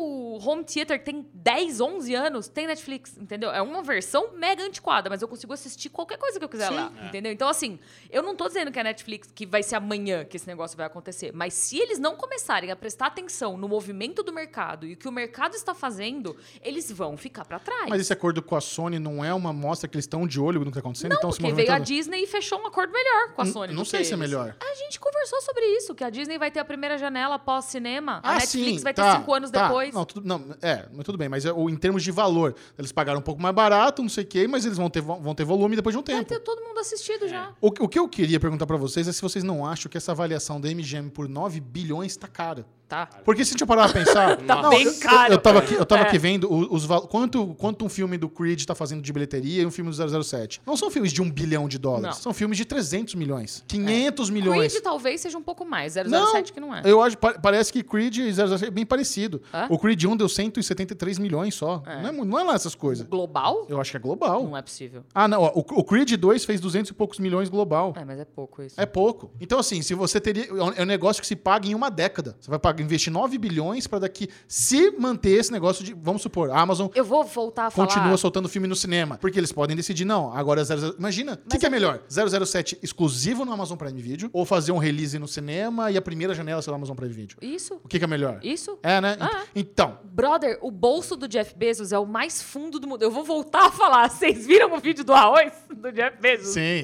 home theater que tem 10, 11 anos, tem Netflix, entendeu? É uma versão mega antiquada, mas eu consigo assistir qualquer coisa que eu quiser lá,
É.
entendeu? Então, assim, eu não tô dizendo que é Netflix que vai ser amanhã que esse negócio vai acontecer, mas se eles não começarem a prestar atenção no movimento do mercado e o que o mercado está fazendo, eles vão ficar pra trás. É
Mas esse acordo com a Sony não é uma mostra que eles estão de olho no que está acontecendo? então se
Porque veio a
movimentando?
Disney e fechou um acordo melhor com a
N-
Sony.
Não
do
sei
que
se é
eles.
melhor.
A gente conversou sobre isso, que a Disney vai ter a primeira janela após cinema. a
Ah,
Netflix
sim,
vai ter
tá,
cinco anos
tá.
depois.
Não, tudo, não, é, mas tudo bem. Mas é, ou em termos de valor, eles pagaram um pouco mais barato, não sei o quê, mas eles vão ter, vão ter volume depois de um
vai
tempo.
ter todo mundo assistido já.
O, que- o que eu queria perguntar pra vocês é se vocês não acham que essa avaliação da MGM por 9 bilhões tá cara.
Tá.
Porque se a gente parar pra pensar.
Tá
não,
bem
eu- eu-
caro.
Eu, tava, aqui, eu tava
É.
aqui vendo o- os, val- quanto, quanto um filme do Creed tá fazendo de bilheteria e um filme do 007. Não são filmes de um bilhão de dólares.
Não. É.
São filmes de 300 milhões. 500 milhões.
Creed talvez seja um pouco mais, 007 que não é.
Eu acho, pa- parece que Creed e 007 é bem parecido.
Hã?
O Creed 1 deu 173 milhões só.
É.
Não, é, mu- não é lá essas coisas.
Global?
Eu acho que é global.
Não é possível.
Ah, não. ó, o, o Creed 2 fez 200 e poucos milhões global.
É, mas é pouco isso.
É pouco. Então, assim, se você teria. É um- é um negócio que se paga em uma década. Você vai pagar, investir 9 bilhões pra daqui. Se manter esse negócio de. Vamos supor, a Amazon
Eu vou voltar a
continua
falar.
soltando filme no cinema. Porque eles podem decidir, não, agora. 00 Imagina, o que, que é melhor? 007 exclusivo no Amazon Prime Video ou fazer um release no cinema e a primeira janela ser no Amazon Prime Video?
Isso?
O que, que é melhor?
Isso?
É, né?
Ah.
Ent- Então.
Brother, o bolso do Jeff Bezos é o mais fundo do mundo. Eu vou voltar a falar. Vocês viram o vídeo do arroz do Jeff Bezos?
Sim.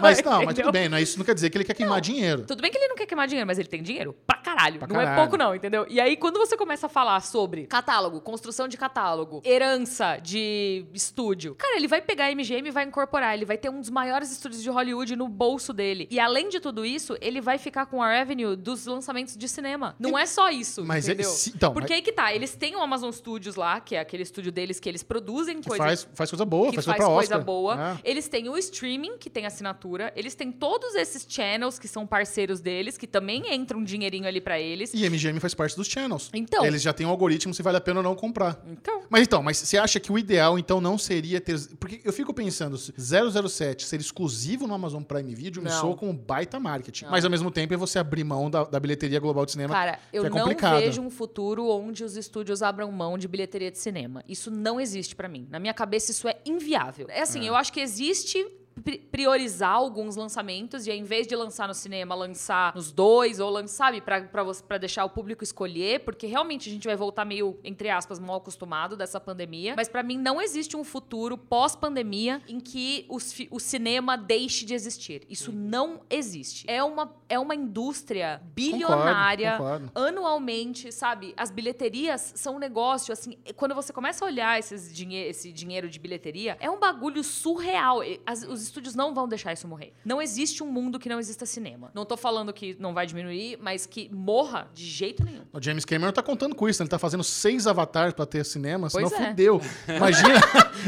Mas não, mas
Entendeu?
tudo bem, não é isso não quer dizer que ele quer queimar dinheiro.
Tudo bem que ele não quer queimar dinheiro, mas ele tem dinheiro pra caralho.
Pra
não é
caralho.
pouco, não, entendeu? E aí, quando você começa a falar sobre catálogo, construção de catálogo, herança de estúdio, cara, ele vai pegar a MGM e vai incorporar. Ele vai ter um dos maiores estúdios de Hollywood no bolso dele. E além de tudo isso, ele vai ficar com a revenue dos lançamentos de cinema. Não é só isso,
Mas é-
entendeu?
se- então,
Porque
mas-
aí que tá, eles têm o Amazon Studios lá, que é aquele estúdio deles que eles produzem
Que
coisas
faz, faz coisa boa,
que
faz
faz,
coisa pra
coisa
Oscar.
boa.
né?
Eles têm o streaming, que tem assinatura. Eles têm todos esses channels que são parceiros deles, que também entra um dinheirinho ali pra eles.
E MGM faz parte dos channels.
Então.
Eles já têm um algoritmo se vale a pena ou não comprar.
Então,
Mas então, mas você acha que o ideal então não seria ter. Porque eu fico pensando, se 007 ser exclusivo no Amazon Prime Video me
Não.
soa como um baita marketing.
Não.
Mas ao mesmo tempo é você abrir mão da, da bilheteria global de cinema.
cara, eu
que é
não
complicado.
vejo um futuro onde os estúdios abram mão de bilheteria de cinema. Isso não existe pra mim. Na minha cabeça, isso é inviável. É assim, eu acho que existe pri- priorizar alguns lançamentos e em vez de lançar no cinema, lançar nos dois ou lançar, sabe, pra, pra, você- pra deixar o público escolher, porque realmente a gente vai voltar meio, entre aspas, mal acostumado dessa pandemia. Mas pra mim não existe um futuro pós-pandemia em que os fi- o cinema deixe de existir. Isso não existe. É uma, é uma indústria bilionária,
concordo.
anualmente, sabe? As bilheterias são um negócio, assim, quando você começa a olhar esses dinhe esse dinheiro de bilheteria, é um bagulho surreal. E as- os estúdios não vão deixar isso morrer. Não existe um mundo que não exista cinema. Não tô falando que não vai diminuir, mas que morra de jeito nenhum.
O James Cameron tá contando com isso, né? ele tá fazendo seis avatares pra ter cinema, senão
Pois é.
fudeu. Imagina.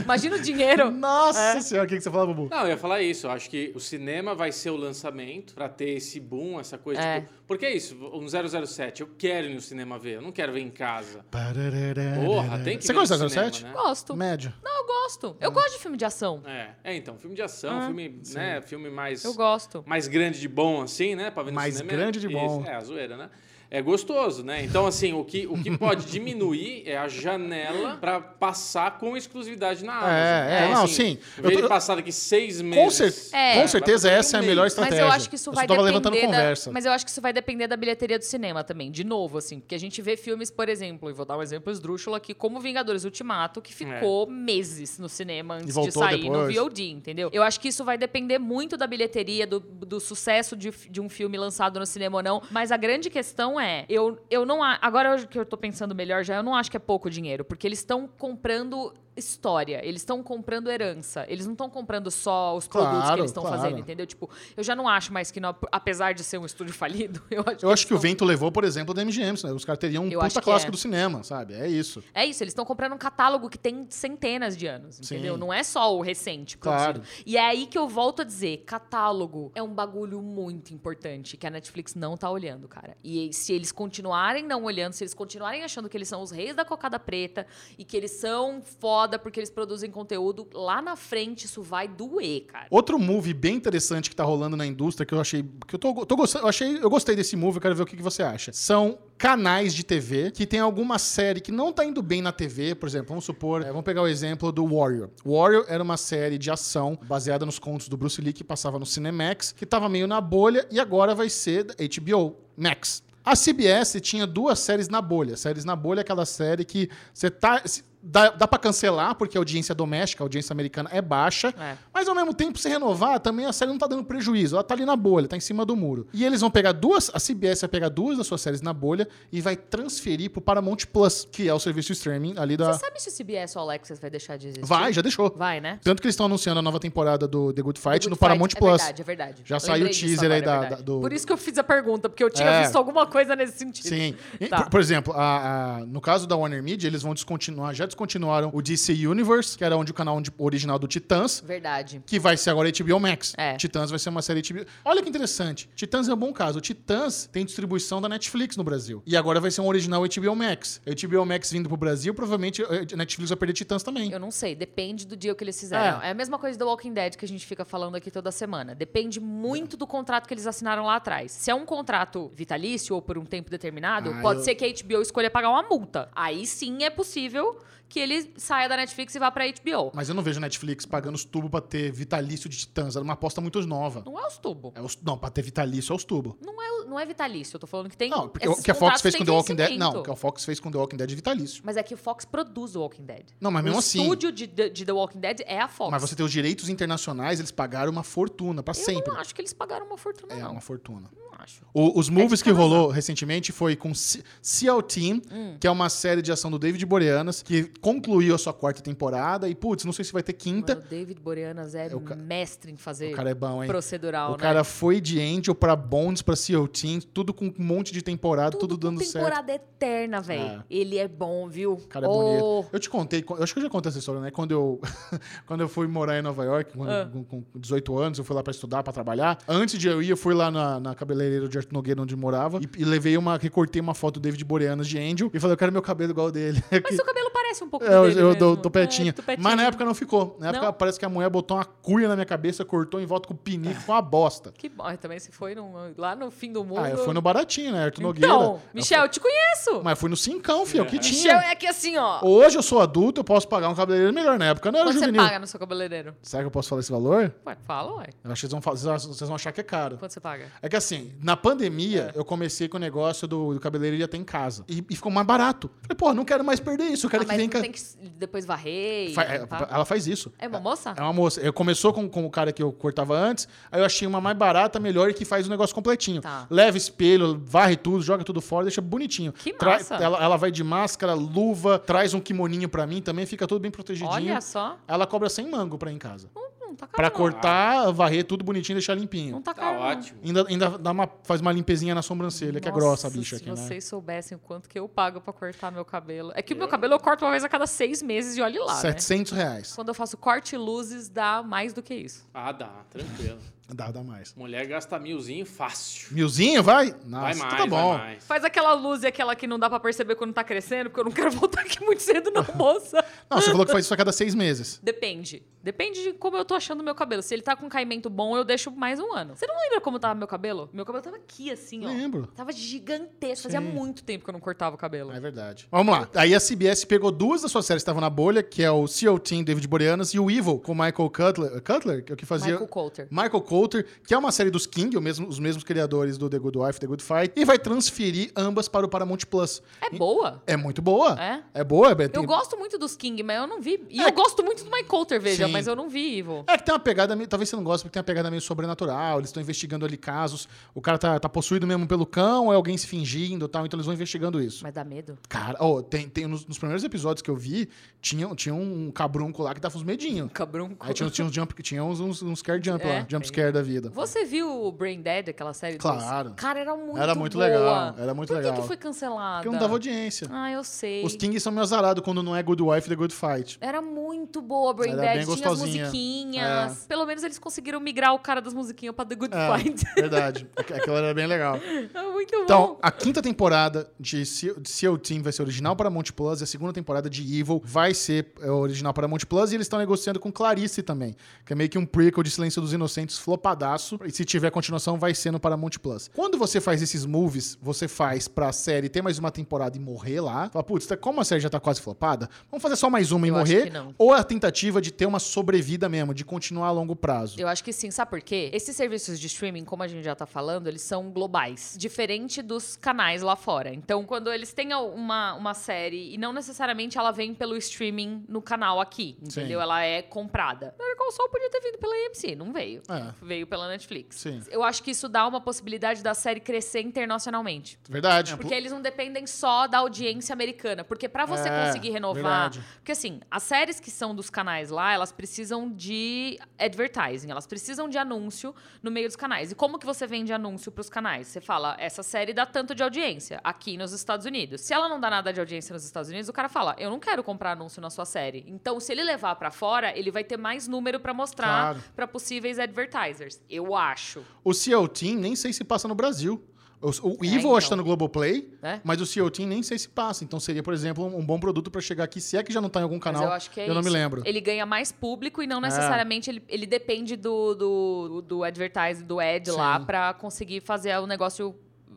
Imagina o dinheiro.
Nossa
É.
senhora, o que, que você fala, Bubu?
Não, eu ia falar isso. Eu acho que o cinema vai ser o lançamento pra ter esse boom, essa coisa.
É.
Tipo, porque é isso, um 007. Eu quero ir no cinema ver, eu não quero ver em casa.
Parararara.
Porra, tem que
É Você
ver
gosta
no
de 007?
cinema, né?
Gosto.
Médio.
Não, eu gosto. Eu gosto de filme de ação.
É. é, então, filme de ação,
Ah,
filme, né, filme mais,
Eu gosto.
mais grande de bom, assim, né? Pra ver no
Mais
cinema.
grande de bom.
Isso, é, a zoeira, né? é gostoso, né? Então, assim, o que, o que pode diminuir é a janela pra passar com exclusividade na Amazon.
É, é,
Então,
não, sim.
assim,
Eu
vê
tô-
ele passar daqui seis meses. um
Com, cer-
É.
com certeza, essa é a melhor
Mas
estratégia.
eu acho que isso
Eu
vai
só tava
depender.
levantando
da-
conversa.
Mas eu acho que isso vai depender da bilheteria do cinema também. De novo, assim, porque a gente vê filmes, por exemplo, e vou dar um exemplo esdrúxulo aqui, como Vingadores Ultimato, que ficou meses no cinema antes de
voltou
sair
depois.
no VOD, entendeu? Eu acho que isso vai depender muito da bilheteria, do, do sucesso de, de um filme lançado no cinema ou não. Mas a grande questão é, eu, eu não. a- Agora eu- que eu tô pensando melhor já, eu não acho que é pouco dinheiro, porque eles estão comprando. História, eles estão comprando herança, eles não estão comprando só os produtos que
Claro,
eles estão
claro.
fazendo, entendeu? Tipo, eu já não acho mais que, não, apesar de ser um estúdio falido, eu acho
Eu acho que o
eles tão-
vento levou, por exemplo, da MGM. Né? Os caras teriam um
Eu acho
puta
que
clássico
é.
do cinema, sabe? É isso.
É isso, eles estão comprando um catálogo que tem centenas de anos,
Sim.
entendeu? Não é só o recente.
Claro.
Claro. E é aí que eu volto a dizer, catálogo é um bagulho muito importante que a Netflix não tá olhando, cara. E se eles continuarem não olhando, se eles continuarem achando que eles são os reis da cocada preta e que eles são foda porque eles produzem conteúdo, lá na frente isso vai doer, cara.
Outro movie bem interessante que tá rolando na indústria, que eu achei. Que eu tô, tô gostando. Eu, achei, eu gostei desse movie, eu quero ver o que, que você acha. São canais de TV que tem alguma série que não tá indo bem na TV, por exemplo, vamos supor, eh, vamos pegar o exemplo do Warrior. Warrior era uma série de ação baseada nos contos do Bruce Lee que passava no Cinemax, que tava meio na bolha e agora vai ser da HBO Max. A CBS tinha duas séries na bolha. Séries na bolha é aquela série que você tá se- dá, dá para cancelar porque a audiência é doméstica, a audiência americana é baixa,
É.
mas ao mesmo tempo, se renovar, também a série não tá dando prejuízo. Ela tá ali na bolha, tá em cima do muro. E eles vão pegar duas, a CBS vai pegar duas das suas séries na bolha e vai transferir pro Paramount Plus, que é o serviço de streaming ali da.
Você sabe se o CBS ou Alexis vai deixar de existir?
Vai, já deixou.
Vai, né?
Tanto que eles estão anunciando a nova temporada do The Good Fight no
Good Fight.
Paramount
é
Plus.
verdade, é verdade.
Já
Eu
saiu o
lembrei disso
teaser aí
agora,
da-
é verdade.
da- do-
Por isso que eu fiz a pergunta, porque eu tinha
É.
visto alguma coisa nesse sentido.
Sim. E,
Tá.
por, por exemplo, a- a- no caso da Warner Media, eles vão descontinuar, já descontinuaram o DC Universe, que era onde o canal onde- original do Titãs,
Verdade.
que vai ser agora HBO Max.
É.
Titãs vai ser uma série HBO. Olha que interessante. Titãs é um bom caso. O Titãs tem distribuição da Netflix no Brasil. E agora vai ser um original HBO Max. HBO Max vindo pro Brasil, provavelmente eh, a Netflix vai perder Titãs também.
Eu não sei, depende do dia que eles fizeram. É. a mesma coisa do Walking Dead que a gente fica falando aqui toda semana. Depende muito do contrato que eles assinaram lá atrás. Se é um contrato vitalício ou por um tempo determinado,
Ah,
pode
eu-
ser que a HBO escolha pagar uma multa. Aí sim é possível que ele saia da Netflix e vá pra HBO.
Mas eu não vejo a Netflix pagando os tubos pra ter vitalício de Titãs. Era uma aposta muito nova.
Não é os tubo.
É os- não, pra ter vitalício é os tubos.
Não é, não é vitalício. Eu tô falando que tem.
Não, porque o
esses
que a Fox
contratos
fez
têm
com The Walking Dead.
vencimento.
Não, o que a Fox fez com The Walking Dead é vitalício.
Mas é que o Fox produz o Walking Dead.
Não, mas mesmo
o
assim.
estúdio de, de, de The Walking Dead é a Fox.
Mas você tem os direitos internacionais, eles pagaram uma fortuna pra
Eu
sempre.
não acho que eles pagaram uma fortuna,
É
não.
uma fortuna.
Não acho.
O- os movies
É de
que
cada
rolou recentemente foi com C- Seal Team,
Hum.
que é uma série de ação do David Boreanas, que concluiu a sua quarta temporada. E, putz, não sei se vai ter quinta.
Mano, o David Boreanas é,
É, o ca-
mestre em fazer
o cara é bom, hein?
procedural,
o
né?
cara foi de Angel pra Bones, pra Seal Team, tudo com um monte de temporada, tudo,
com
dando certo.
temporada eterna, velho.
É.
Ele é bom, viu?
O cara é bonito. Eu te contei, eu acho que eu já contei essa história, né? Quando eu, quando eu fui morar em Nova York, quando-
Ah.
com, com 18 anos, eu fui lá pra estudar, pra trabalhar. Antes de eu ir, eu fui lá na, na cabeleireira de Arthur Nogueira, onde eu morava, e, e levei uma, recortei uma foto do David Boreanas de Angel e falei, eu quero meu cabelo igual ao dele.
Mas seu cabelo parece um pouco
É, eu,
dele
eu
mesmo.
dou topetinha.
É, tupetinho.
Mas né? na época não ficou. Na época
Não?
parece que a mulher botou uma cuia na minha cabeça, cortou em volta com o pinico, com uma bosta.
Que bom. Também se foi num- lá no fim do mundo...
Ah, eu fui no baratinho, né? Arthur Nogueira.
Então,
Eu
Michel, eu te conheço.
fui- Mas fui no cincão, filho, o que
Michel
tinha.
é que assim, ó.
Hoje eu sou adulto, eu posso pagar um cabeleireiro melhor. Na época eu não era
Quanto você
juvenil.
paga no seu cabeleireiro?
Será que eu posso falar esse valor?
Ué, fala, ué.
Eu acho que vocês vão, fa- vocês vão- vocês vão achar que é caro.
Quanto você paga?
É que assim, na pandemia,
É.
eu comecei com o negócio do, do cabeleireiro ir até em casa. E, e ficou mais barato. Falei, pô, não quero mais perder isso. Eu quero
ah,
que
mas
venha em
não
casa.
tem que s- depois varrer e limpar?
Ela faz isso.
É uma moça?
É uma moça. Eu começou com, com o cara que eu cortava antes, aí eu achei uma mais barata, melhor e que faz o negócio completinho.
Tá.
Leva espelho, varre tudo, joga tudo fora, deixa bonitinho.
Que
Tra-
massa.
ela, ela vai de máscara, luva, traz um kimoninho pra mim também, fica tudo bem protegidinho.
Olha só.
Ela cobra 100 mango pra ir em casa.
Não, não tá caro,
Pra
não.
Ah.
cortar, varrer tudo bonitinho e deixar
Não
limpinho.
tá
Tá
caro, não.
ótimo.
Ainda, ainda dá uma, faz uma limpezinha na sobrancelha, que é grossa a
Nossa,
bicha aqui,
Se
né?
vocês soubessem o quanto que eu pago pra cortar meu cabelo. É que o meu cabelo eu corto uma vez a cada seis meses e olhe lá, né?
700 reais.
Quando eu faço corte e luzes, dá mais do que isso.
Ah, dá, tranquilo.
Dá, dá mais.
Mulher gasta milzinho fácil.
Milzinho, vai? Nossa,
vai
então
mais,
tá bom.
vai mais.
Faz aquela luz e aquela que não dá pra perceber quando tá crescendo, porque eu não quero voltar aqui muito cedo, não, moça.
Não, você falou que faz isso a cada seis meses.
Depende. Depende de como eu tô achando o meu cabelo. Se ele tá com um caimento bom, eu deixo mais um ano. Você não lembra como tava meu cabelo? Meu cabelo tava aqui, assim, ó.
Lembro.
Tava gigantesco. Fazia
Sim.
muito tempo que eu não cortava o cabelo.
É verdade. Vamos lá. Aí a CBS pegou duas das suas séries que estavam na bolha, que é o CO Team David Boreanas e o Evil com Michael Cutler, Cutler, que é o que fazia
Michael Coulter.
Michael Coulter, que é uma série dos King, o mesmo- os mesmos criadores do The Good Wife, The Good Fight, e vai transferir ambas para o Paramount Plus.
É boa.
É muito boa.
É?
boa, é,
Eu
tem-
gosto muito dos King, mas eu não vi. E
É.
eu gosto muito do Michael Coulter, veja,
Sim.
mas eu não vi Evil.
É que tem uma pegada meio. Talvez você não goste, porque tem uma pegada meio sobrenatural. Eles estão investigando ali casos. O cara tá, tá possuído mesmo pelo cão, é alguém se fingindo e tal. Então eles vão investigando isso.
Mas dá medo.
Cara, ó, tem, tem nos, nos primeiros episódios que eu vi, tinha, tinha um cabrunco lá que dava uns medinhos.
Cabrunco.
Aí tinha, tipo. uns- tinha uns jump, tinha uns, uns, uns scare jump
É,
lá, jump
tem.
scare da vida.
Você viu o Brain Dead, aquela série? dos-
Claro.
Cara, era muito
Era muito
boa.
legal, era muito
Por que
legal.
que foi cancelada?
Porque eu não dava audiência.
Ah, eu sei.
Os Kings são meio azarados quando não é Good Wife The Good Fight.
Era muito boa a Brain
Era
Dead.
bem
Tinha as
gostosinha. É.
musiquinhas. Pelo menos eles conseguiram migrar o cara das musiquinhas pra The Good Fight.
É, verdade. Aqu- Aquilo era bem legal.
É muito bom.
Então, a quinta temporada de Seal de Seal Team vai ser original para Monte Plus e a segunda temporada de Evil vai ser é, original para Monte Plus e eles estão negociando com Clarice também, que é meio que um prequel de Silêncio dos Inocentes flopadaço. E se tiver continuação, vai ser no Paramount Plus. Quando você faz esses moves, você faz pra série ter mais uma temporada e morrer lá. Fala, putz, tá- como a série já tá quase flopada, vamos fazer só mais uma e
Eu acho que
morrer.
não.
Ou a tentativa de ter uma sobrevida mesmo, de continuar a longo prazo.
Eu acho que sim, sabe por quê? Esses serviços de streaming, como a gente já tá falando, eles são globais, diferente dos canais lá fora. Então, quando eles têm uma, uma série, e não necessariamente ela vem pelo streaming no canal aqui, entendeu?
Sim.
Ela é comprada. Better Call Saul podia ter vindo pela AMC, não veio.
É.
Veio pela Netflix.
Sim.
Eu acho que isso dá uma possibilidade da série crescer internacionalmente.
Verdade.
Porque eles não dependem só da audiência americana. Porque pra você
É,
conseguir renovar.
verdade.
Porque assim, as séries que são dos canais lá, elas precisam de advertising, elas precisam de anúncio no meio dos canais. E como que você vende anúncio pros canais? Você fala, essa série dá tanto de audiência aqui nos Estados Unidos. Se ela não dá nada de audiência nos Estados Unidos, o cara fala, eu não quero comprar anúncio na sua série. Então, se ele levar pra fora, ele vai ter mais número pra mostrar
Claro.
pra possíveis advertisers. Eu acho.
O CO Team nem sei se passa no Brasil. O, o
É,
Evil acho que tá
então.
no Globoplay,
É.
mas o CO Team nem sei se passa. Então seria, por exemplo, um, um bom produto pra chegar aqui, se é que já não tá em algum canal.
Mas eu acho que é
não me
isso.
lembro. É.
Ele ganha mais público e não necessariamente ele, ele depende do, do, do advertise, do ad
Sim.
lá, pra conseguir fazer o negócio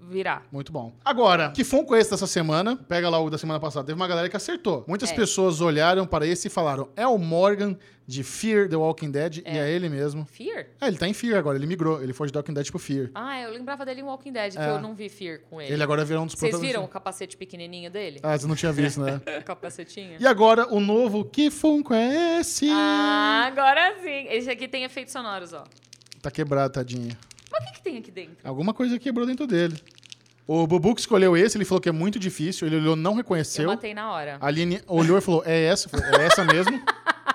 virar.
Muito bom. Agora, que foi um esse dessa semana? Pega lá o da semana passada. Teve uma galera que acertou. Muitas
É.
pessoas olharam para esse e falaram: é o Morgan de Fear The Walking Dead, e é ele mesmo.
Fear?
É, ele tá em Fear agora, ele migrou. Ele foi de Walking Dead pro Fear.
Ah, eu lembrava dele em Walking Dead, que
É.
eu não vi Fear com ele.
Ele agora virou um dos
É. Vocês viram o
protagonistas.
capacete pequenininho dele?
Ah, você não tinha visto, né?
O capacetinho?
e agora, o novo Que Funko é esse?
Ah, agora sim. Esse aqui tem efeitos sonoros, ó.
Tá quebrado, tadinha.
Mas o que, que tem aqui dentro?
Alguma coisa quebrou dentro dele. O Bubu que escolheu esse, ele falou que é muito difícil, ele olhou, não
Eu
reconheceu.
matei na hora.
A Aline olhou e falou: é essa? Eu falei, é essa mesmo?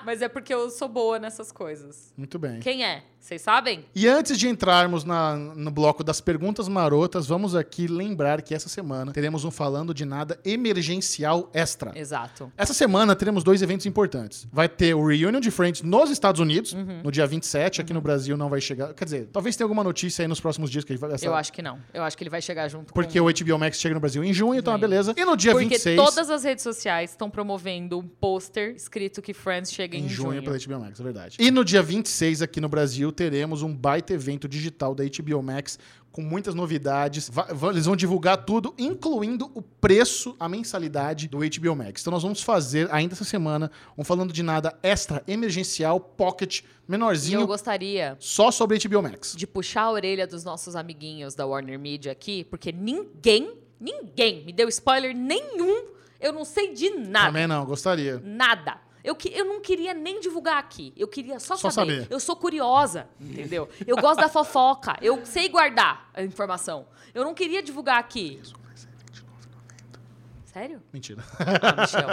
Mas é porque eu sou boa nessas coisas.
Muito bem.
Quem é? Vocês sabem?
E antes de entrarmos na- no bloco das perguntas marotas, vamos aqui lembrar que essa semana teremos um Falando de Nada emergencial extra.
Exato.
Essa semana teremos dois eventos importantes. Vai ter o Reunion de Friends nos Estados Unidos,
Uhum.
no dia 27. Aqui no Brasil não vai chegar. Quer dizer, talvez tenha alguma notícia aí nos próximos dias que a gente vai. essa-
Eu acho que não. Eu acho que ele vai chegar junto com...
Porque o HBO Max chega no Brasil em junho, então é
Junho.
beleza. E no dia
Porque
26.
todas as redes sociais estão promovendo um pôster escrito que Friends chega em,
Em junho pela
junho.
HBO Max, é verdade. E no dia 26 aqui no Brasil teremos um baita evento digital da HBO Max com muitas novidades. Va- va- eles vão divulgar tudo, incluindo o preço, a mensalidade do HBO Max. Então nós vamos fazer ainda essa semana um falando de nada extra emergencial pocket
E eu
menorzinho
gostaria
só sobre HBO Max.
de puxar a orelha dos nossos amiguinhos da Warner Media aqui, porque ninguém, ninguém me deu spoiler nenhum. Eu não sei de nada.
Também não, gostaria.
Nada. Eu, que, eu não queria nem divulgar aqui. Eu queria só,
Só
saber.
saber.
Eu sou curiosa, entendeu? Eu gosto da fofoca. Eu sei guardar a informação. Eu não queria divulgar aqui.
é
Sério?
Mentira.
Ah, Michel.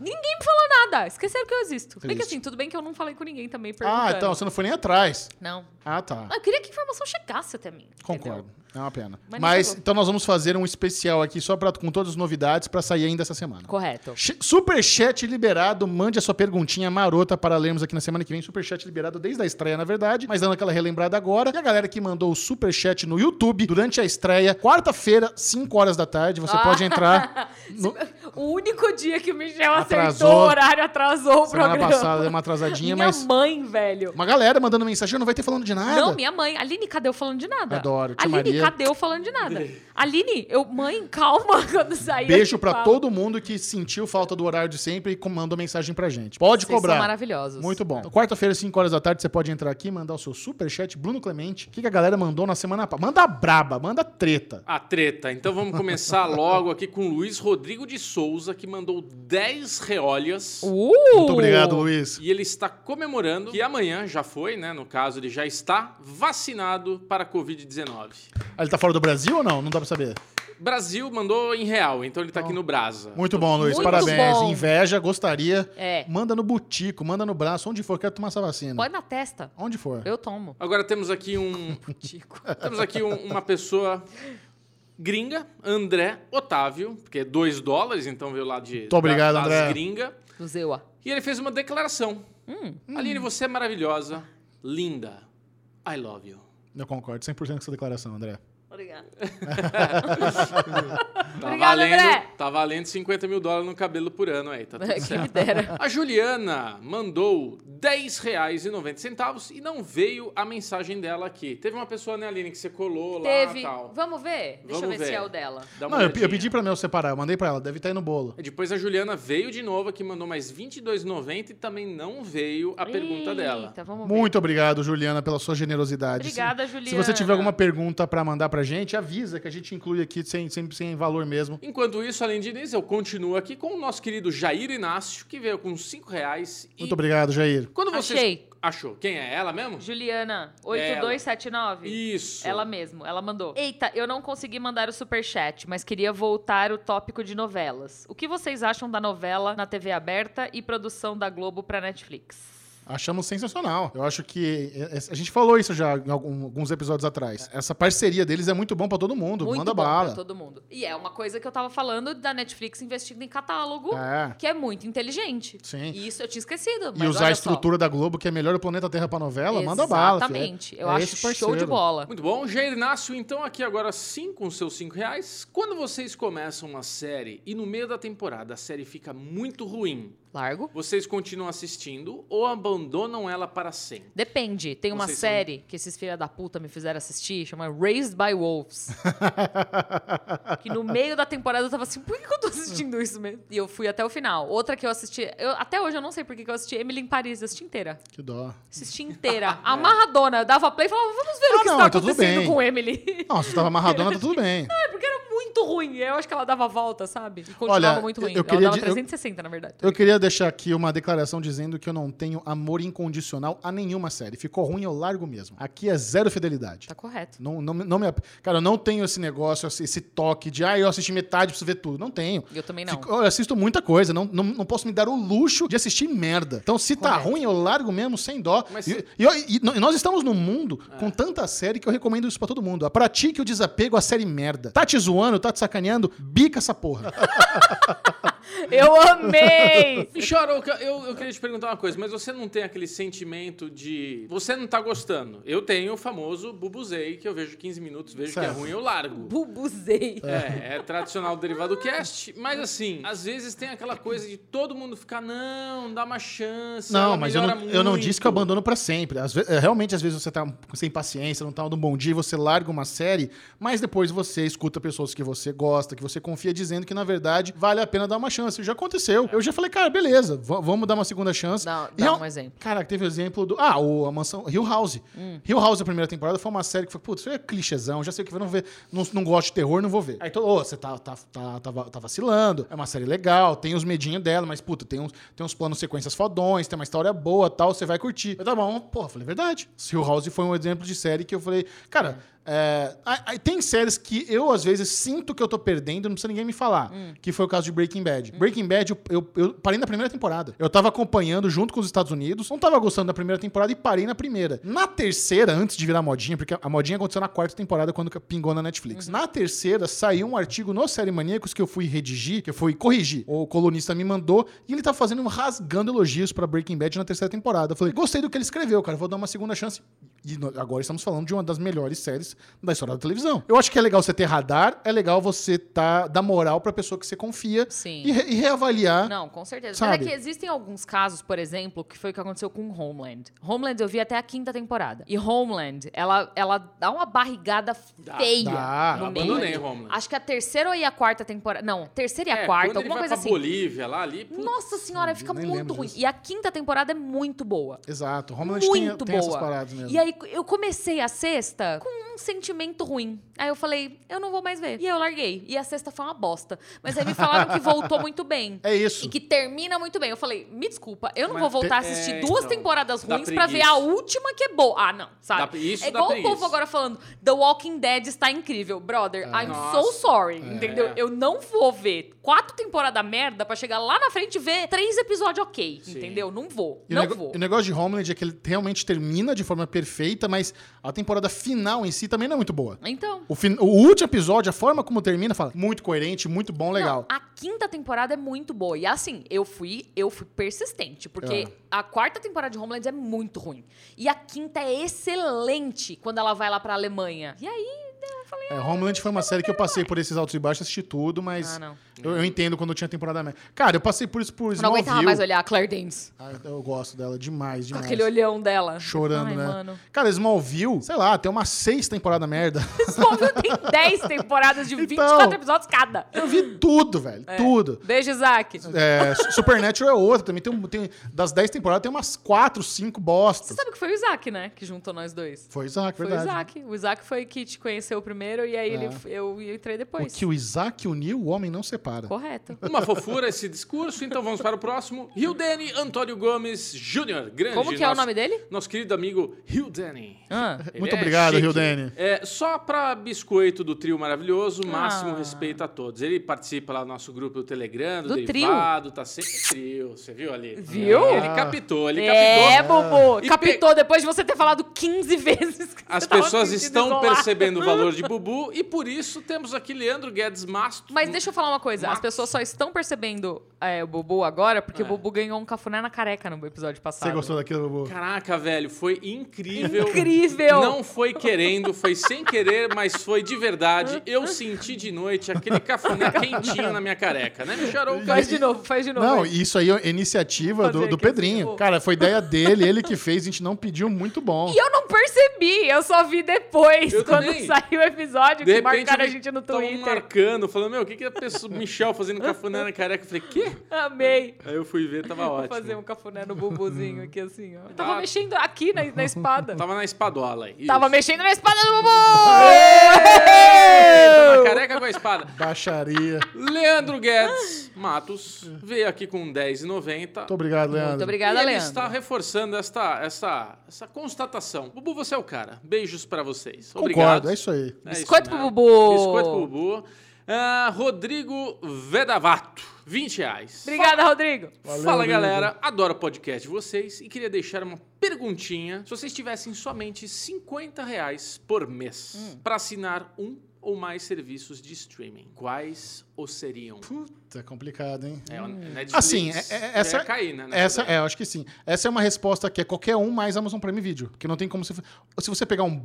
ninguém me falou nada. Esqueceram que eu existo. Bem que
Triste.
assim, tudo bem que eu não falei com ninguém também
Ah,
perguntando.
então você não foi nem atrás.
Não.
Ah, tá.
Ah, Eu queria que a informação chegasse até mim. entendeu?
Concordo. É uma pena.
Mas não
Mas,
chegou.
então nós vamos fazer um especial aqui só pra, com todas as novidades pra sair ainda essa semana.
Correto.
Ch- Superchat liberado, mande a sua perguntinha marota para lermos aqui na semana que vem. Superchat liberado desde a estreia, na verdade, mas dando aquela relembrada agora. E a galera que mandou o superchat no YouTube durante a estreia, quarta-feira, 5 horas da tarde, você
Ah.
pode entrar. No...
O único dia que o Michel acertou o
Atrasou.
horário, atrasou o
Semana
programa.
passada deu uma atrasadinha,
minha
mas.
mãe, velho.
Uma galera mandando mensagem, não vai ter falando de nada.
Não, minha mãe. Aline, cadê eu falando de nada?
Adoro, tia
Aline,
Maria.
cadê eu falando de nada? Aline, eu... Mãe, calma quando sair.
Beijo pra
todos.
todo mundo que sentiu falta do horário de sempre e com- mandou mensagem pra gente. Pode
Vocês são
cobrar.
maravilhosos.
Muito bom. Então, Quarta-feira, 5 horas da tarde, você pode entrar aqui e mandar o seu superchat. Bruno Clemente, o que que a galera mandou na semana passada? Manda braba, manda treta.
A treta. Então vamos começar logo aqui com Luiz Rodrigo de Souza, que mandou 10 reólias.
Uh!
Muito obrigado, Luiz.
E ele está comemorando que amanhã já foi, né? No caso, ele já está vacinado para a Covid-19.
Ah, Ele tá fora do Brasil ou não? Não dá pra saber.
Brasil mandou em real, então ele tá aqui no Brasa.
Muito bom, Luiz.
Muito
Parabéns.
bom.
Inveja, gostaria.
É.
Manda no butico, manda no braço, onde for, quero tomar essa vacina.
Põe na testa.
Onde for.
Eu tomo.
Agora temos aqui um.
Tico.
temos aqui um- uma pessoa gringa, André Otávio, porque é 2 dólares, então veio lá de.
Muito obrigado,
das
André.
gringa.
Do Zewa.
E ele fez uma declaração.
Hum.
Aline, você é maravilhosa, linda. I love you.
Eu concordo 100% com essa declaração, André.
Obrigada.
Tá
Obrigada,
valendo,
André.
Tá valendo 50 mil dólares no cabelo por ano aí, tá tudo
É, Quem me
certo.
dera.
A Juliana mandou R$10,90 e não veio a mensagem dela aqui. Teve uma pessoa, né, Aline, que você colou lá
Teve.
e tal.
Vamos ver? Deixa eu
Vamos
ver, se
ver.
é o dela.
Dá
Não,
uma
eu, eu
olhadinha.
pedi pra Mel separar, eu mandei pra ela, deve estar aí no bolo.
Depois a Juliana veio de novo aqui, mandou mais R$22,90 e também não veio a pergunta dela.
Eita, vamos ver.
Muito obrigado, Juliana, pela sua generosidade.
Obrigada,
se,
Juliana.
Se você tiver alguma pergunta pra mandar pra gente, avisa que a gente inclui aqui sem, sem, sem valor mesmo.
Enquanto isso, além disso, eu continuo aqui com o nosso querido Jair Inácio, que veio com R$5,00 e...
Muito obrigado, Jair.
Quando você
Achei.
Achou. Quem é? Ela mesmo?
Juliana, 8279?
Isso.
Ela mesmo, ela mandou. Eita, eu não consegui mandar o superchat, mas queria voltar o tópico de novelas. O que vocês acham da novela na TV aberta e produção da Globo pra Netflix?
Achamos sensacional. Eu acho que. é- é- A gente falou isso já em algum- alguns episódios atrás. Essa parceria deles é muito bom pra todo mundo.
Muito
Manda
bom
bala.
pra todo mundo. E é uma coisa que eu tava falando da Netflix investindo em catálogo,
É.
que é muito inteligente.
Sim.
E isso eu tinha esquecido, mas
E usar
olha
a
só.
estrutura da Globo, que é melhor o planeta Terra pra novela, manda bala. filho. É-
Exatamente. Eu
é esse
acho show
parceiro.
de bola.
Muito bom. Jair Inácio, então aqui agora sim com seus cinco reais. Quando vocês começam uma série e no meio da temporada a série fica muito ruim,
Largo.
vocês continuam assistindo ou abandonam ela para sempre?
Depende. Tem uma
Vocês são-
série que esses filha da puta me fizeram assistir, chama Raised by Wolves. que no meio da temporada eu tava assim, por que que eu tô
Hum.
assistindo isso mesmo? E eu fui até o final. Outra que eu assisti, eu- até hoje eu não sei por que que eu assisti Emily em Paris, eu assisti inteira.
Que dó.
Assisti inteira. Amarradona. Dava play e falava, vamos ver
É. Ah,
o que
não,
está
tá tudo
acontecendo
bem.
com Emily.
Nossa, tava amarradona, tá tudo bem.
É porque era muito ruim. Eu acho que ela dava volta, sabe? E continuava
Olha,
muito
eu-
ruim.
eu queria
ela dava
di- eu-
360, na verdade.
Eu queria deixar aqui uma declaração dizendo que eu não tenho amor incondicional a nenhuma série. Ficou ruim, eu largo mesmo. Aqui é zero fidelidade.
Tá correto.
Não, não, não me, ap- cara, eu não tenho esse negócio, esse- esse toque de, ah, eu assisti metade, preciso ver tudo. Não tenho.
Eu também não.
Fico- eu assisto muita coisa, não, não, não posso me dar o luxo de assistir merda. Então, se tá
Correto.
ruim, eu largo mesmo sem dó.
Mas
e,
se-
e eu- e no- e nós estamos num mundo
É.
com tanta série que eu recomendo isso pra todo mundo. ó. Pratique o desapego à série merda. Tá te zoando, tá te sacaneando, bica essa porra.
Eu amei!
Michel, eu, eu, eu queria te perguntar uma coisa, mas você não tem aquele sentimento de. Você não tá gostando. Eu tenho o famoso bubuzei, que eu vejo 15 minutos, vejo que é
Certo.
ruim, eu largo.
Bubuzei.
É, é tradicional derivado cast, mas assim, às vezes tem aquela coisa de todo mundo ficar, não, dá uma chance. ela
não, mas eu não,
melhora
eu não disse que eu
muito."
abandono pra sempre. Às ve- é, realmente, às vezes você tá sem paciência, não tá dando um bom dia, você larga uma série, mas depois você escuta pessoas que você gosta, que você confia, dizendo que, na verdade, vale a pena dar uma chance. Já aconteceu. Eu já falei, cara, beleza, va- vamos dar uma segunda chance.
Dá-
E
dá
real-
um exemplo.
Cara, teve o exemplo do. Ah, o, a mansão. Hill House. Hill House, a primeira temporada, foi uma série que foi, putz, isso é clichêzão, já sei o que vai, não, ver, não, não gosto de terror, não vou ver. Aí, todo, ô, você tá, tá, tá, tá, va- tá vacilando, é uma série legal, tem os medinhos dela, mas, puta, tem uns, tem uns planos sequências fodões, tem uma história boa tal, você vai curtir. Eu tá bom, porra, falei, verdade. Hill House foi um exemplo de série que eu falei, cara. é, aí- aí tem séries que eu, às vezes, sinto que eu tô perdendo, não precisa ninguém me falar. Que foi o caso de Breaking Bad. Breaking Breaking Bad, eu, eu, eu parei na primeira temporada. Eu tava acompanhando junto com os Estados Unidos, não tava gostando da primeira temporada e parei na primeira. Na terceira, antes de virar modinha, porque a modinha aconteceu na quarta temporada quando pingou na Netflix. Na terceira, saiu um artigo no Série Maníacos que eu fui redigir, que eu fui corrigir. O colunista me mandou e ele tá fazendo um rasgando elogios pra Breaking Bad na terceira temporada. Eu falei, gostei do que ele escreveu, cara, vou dar uma segunda chance. E no- agora estamos falando de uma das melhores séries da história da televisão. Eu acho que é legal você ter radar, é legal você tá dar moral pra pessoa que você confia
Sim.
e, re- e reavaliar.
Não, com certeza.
Sabe?
Mas é que existem alguns casos, por exemplo, que foi o que aconteceu com Homeland. Homeland eu vi até a quinta temporada. E Homeland, ela, ela dá uma barrigada
Dá.
feia.
Dá.
no
Eu
meio
abandonei
ali.
Homeland.
Acho que a terceira ou a quarta temporada. Não, a terceira e a
É,
quarta,
quando ele
alguma
vai
coisa
pra
assim.
Bolívia, lá ali. putz,
Nossa senhora, fica
nem
muito
lembro
ruim.
disso.
E a quinta temporada é muito boa.
Exato. Homeland tem,
Muito
tem essas
boa.
paradas mesmo.
E aí eu comecei a sexta com um sentimento ruim. Aí eu falei, eu não vou mais ver. E aí eu larguei. E a sexta foi uma bosta. Mas aí me falaram que voltou muito bem.
É isso.
E que termina muito bem. Eu falei, me desculpa, eu não
Mas
vou voltar a
te-
assistir
é,
duas
então,
temporadas
dá
ruins pra ver
preguiça.
a última que é boa. Ah, não,
Dá
sabe?
pre- isso
é
dá
igual o
preguiça.
povo agora falando, The Walking Dead está incrível. Brother,
É.
I'm so
Nossa.
sorry, entendeu? Eu não vou ver quatro temporadas merda pra chegar lá na frente e ver três episódios ok,
Sim.
entendeu? Não vou,
E o,
não
nego-
vou.
o negócio de Homeland é que ele realmente termina de forma perfeita, mas a temporada final em si também não é muito boa.
Então...
O, fin- o último episódio, a forma como termina, fala muito coerente, muito bom, legal.
Não, a quinta temporada é muito boa. E assim, eu fui, eu fui persistente, porque
É.
a quarta temporada de Homeland é muito ruim. E a quinta é excelente quando ela vai lá pra Alemanha. E aí, né, eu falei,
É, Homeland foi uma série que eu passei por esses altos e baixos, assisti tudo, mas
Ah, não.
eu, eu entendo quando tinha temporada média. Cara, eu passei por isso por
eu não
Smallville.
aguentava mais olhar a Claire Danes.
Ah, eu gosto dela demais,
Com
demais.
aquele olhão dela.
Chorando,
Ai,
né?
mano.
Cara, Smallville, sei lá, tem umas seis temporadas merda.
Smallville tem 10 temporadas de
Então.
24 episódios cada.
Eu vi tudo, velho,
É.
tudo.
Beijo, Isaac.
É, Supernatural é outra também. Tem, um- tem- das dez temporadas tem umas quatro, cinco
Você
bostas.
sabe que foi o Isaac, né? Que juntou nós dois.
Foi o Isaac,
Foi
verdade. É.
o Isaac. O Isaac foi que te conheceu primeiro e aí ele, eu, eu entrei
O
depois.
que o Isaac uniu, o homem não separa.
Correto.
Uma fofura esse discurso, então vamos para o próximo. Rio Dene Antônio Gomes Júnior, grande
Como que é o
nosso-
nome dele?
Nosso querido amigo Rio Dene.
Ah.
Ele
Muito
é
obrigado,
chique.
Rio Dene.
É, só para biscoito do trio maravilhoso, máximo
Ah.
respeito a todos. Ele participa lá do nosso grupo do Telegram, do,
Do trio.
Derivado, tá sempre trio, você viu ali?
Viu?
Ele captou, ele
É,
captou. Ah.
Bobo.
E
Captou depois de você ter falado 15 vezes. Que
As
você tava
pessoas
sentindo
estão
isolado.
percebendo o valor de Bubu e por isso temos aqui Leandro Guedes Mastro.
Mas deixa eu falar uma coisa. As pessoas só estão percebendo é, o Bobo agora
Ah.
porque o Bobo ganhou um cafuné na careca no episódio passado.
Você gostou daquilo, Bubu?
Caraca, velho, foi incrível.
Incrível!
Não foi querendo, foi sem querer, mas foi de verdade. Eu senti de noite aquele cafuné quentinho na minha careca, né, me charou
Faz de novo, faz de novo.
Não,
aí.
isso aí é iniciativa do,
Fazer
do
aqui,
Pedrinho.
assim,
Cara, foi ideia dele, ele que fez, a gente não pediu, muito bom.
E eu não percebi, eu só vi depois,
Eu
quando
também.
saiu o episódio, que marcaram a
vi-
gente no
tavam
Twitter.
marcando, falando, meu, o que que a pessoa, Michel fazendo cafuné na careca? Eu falei, quê?
Amei.
Aí eu fui ver, tava
Vou
ótimo.
fazer um cafuné no bubuzinho aqui assim, ó. Eu tava
Ah.
mexendo aqui na, na espada.
Tava na espadola. Isso.
um- Tava mexendo na espada do bubu!
Tava na careca com a espada.
Baixaria.
Leandro Guedes Matos veio aqui com 10,90.
Muito obrigado, Leandro.
Muito
E
obrigada,
ele
Leandro.
está reforçando esta, esta, essa constatação. Bubu, você é o cara. Beijos pra vocês.
Concordo,
Obrigado.
é isso aí.
É isso
Biscoito pro
mesmo.
Bubu.
Biscoito pro Bubu. Ah, Rodrigo Vedavato, 20 reais.
Obrigada, Rodrigo.
Valeu,
Fala
Rodrigo.
galera, adoro o podcast de vocês e queria deixar uma perguntinha. Se vocês tivessem somente 50 reais por mês
Hum.
pra assinar um ou mais serviços de streaming, quais os seriam?
Puta, é complicado, hein?
Hum.
É, o Netflix
Assim, é- é- essa-
ia cair, né, nessa
Essa,
daí.
é, eu acho que sim. Essa é uma resposta que é qualquer um mais Amazon Prime Video. Porque não tem como você. Se você pegar um,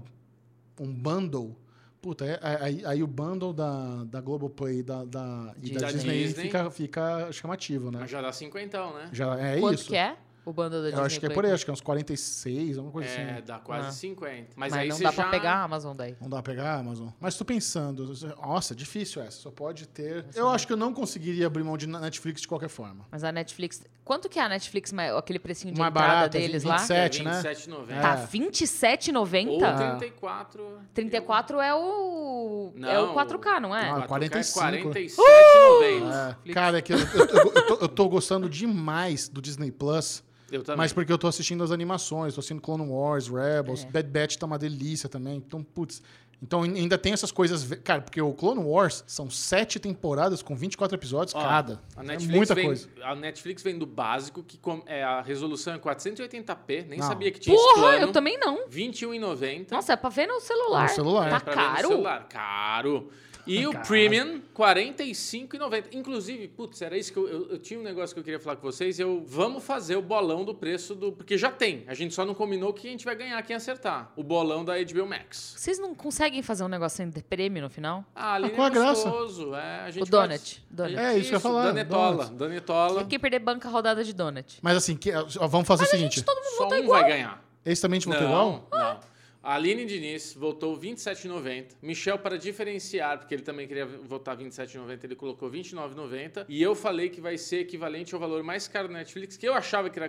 um bundle. Puta, é- é- aí, aí o bundle da, da Globoplay e da, da, e da
Da
Disney,
Disney.
Fica, fica chamativo, né?
Mas já dá 50, né?
Já é
Quanto
isso.
que é o bando da
Eu
Disney
acho que é
Play?
por aí, acho que é uns 46, alguma coisa
é,
assim.
dá quase
Ah.
50. Mas,
Mas,
aí
não
você
dá
já...
pra pegar a Amazon daí.
Não dá pra pegar, Amazon? Mas tô pensando, nossa, difícil essa, só pode ter. Eu
né?
acho que eu não conseguiria abrir mão de Netflix de qualquer forma.
Mas a Netflix... Quanto que é a Netflix, mais- aquele precinho de
Mais
entrada
barata,
deles lá?
27.
É,
7, né?
Tá
27,90.
É.
Ou
27,90?
Ah.
34.
34 é o... É o
Não.
4K, não é?
Não, Ah, 45.
47,90.
É, cara, é que eu, eu- eu- eu tô, eu tô gostando demais do Disney Plus,
Eu também.
É. mas porque eu tô assistindo as animações, tô assistindo Clone Wars, Rebels,
É.
Bad Batch tá uma delícia também. Então, putz, Então ain- ainda tem essas coisas. ve- Cara, porque o Clone Wars são sete temporadas com 24 episódios
Ó,
cada.
A
É
Netflix
muita
vem,
coisa.
A Netflix vem do básico, que com- é, a resolução é 480p, nem
Não.
sabia que tinha esse
Porra,
plano.
eu também não.
21,90.
Nossa, é pra ver no celular.
No celular.
Tá
É
pra ver no
caro?
celular. Caro. E o
Tá Caro.
Premium, 45,90. Inclusive, putz, era isso que eu, eu- eu tinha um negócio que eu queria falar com vocês. Eu vamos fazer o bolão do preço do. Porque já tem. A gente só não combinou o que a gente vai ganhar quem acertar. O bolão da HBO Max.
Vocês não conseguem fazer um negócio sem ter prêmio no final?
Ah, ali
qual
é
a graça?
gostoso. É, a gente
O donut,
vai-
donut.
É, isso que eu ia falar,
Danetola.
donut.
Danetola.
Eu quem perder banca rodada de donut.
Mas assim, que- ó, vamos fazer o seguinte:
Todo mundo
Só
vota
um
igual.
vai ganhar.
esse também a gente um? votou igual?
Não, não. A Aline Diniz votou 27,90. Michel, para diferenciar, porque ele também queria votar 27,90, ele colocou 29,90. E eu falei que vai ser equivalente ao valor mais caro da Netflix, que eu achava que era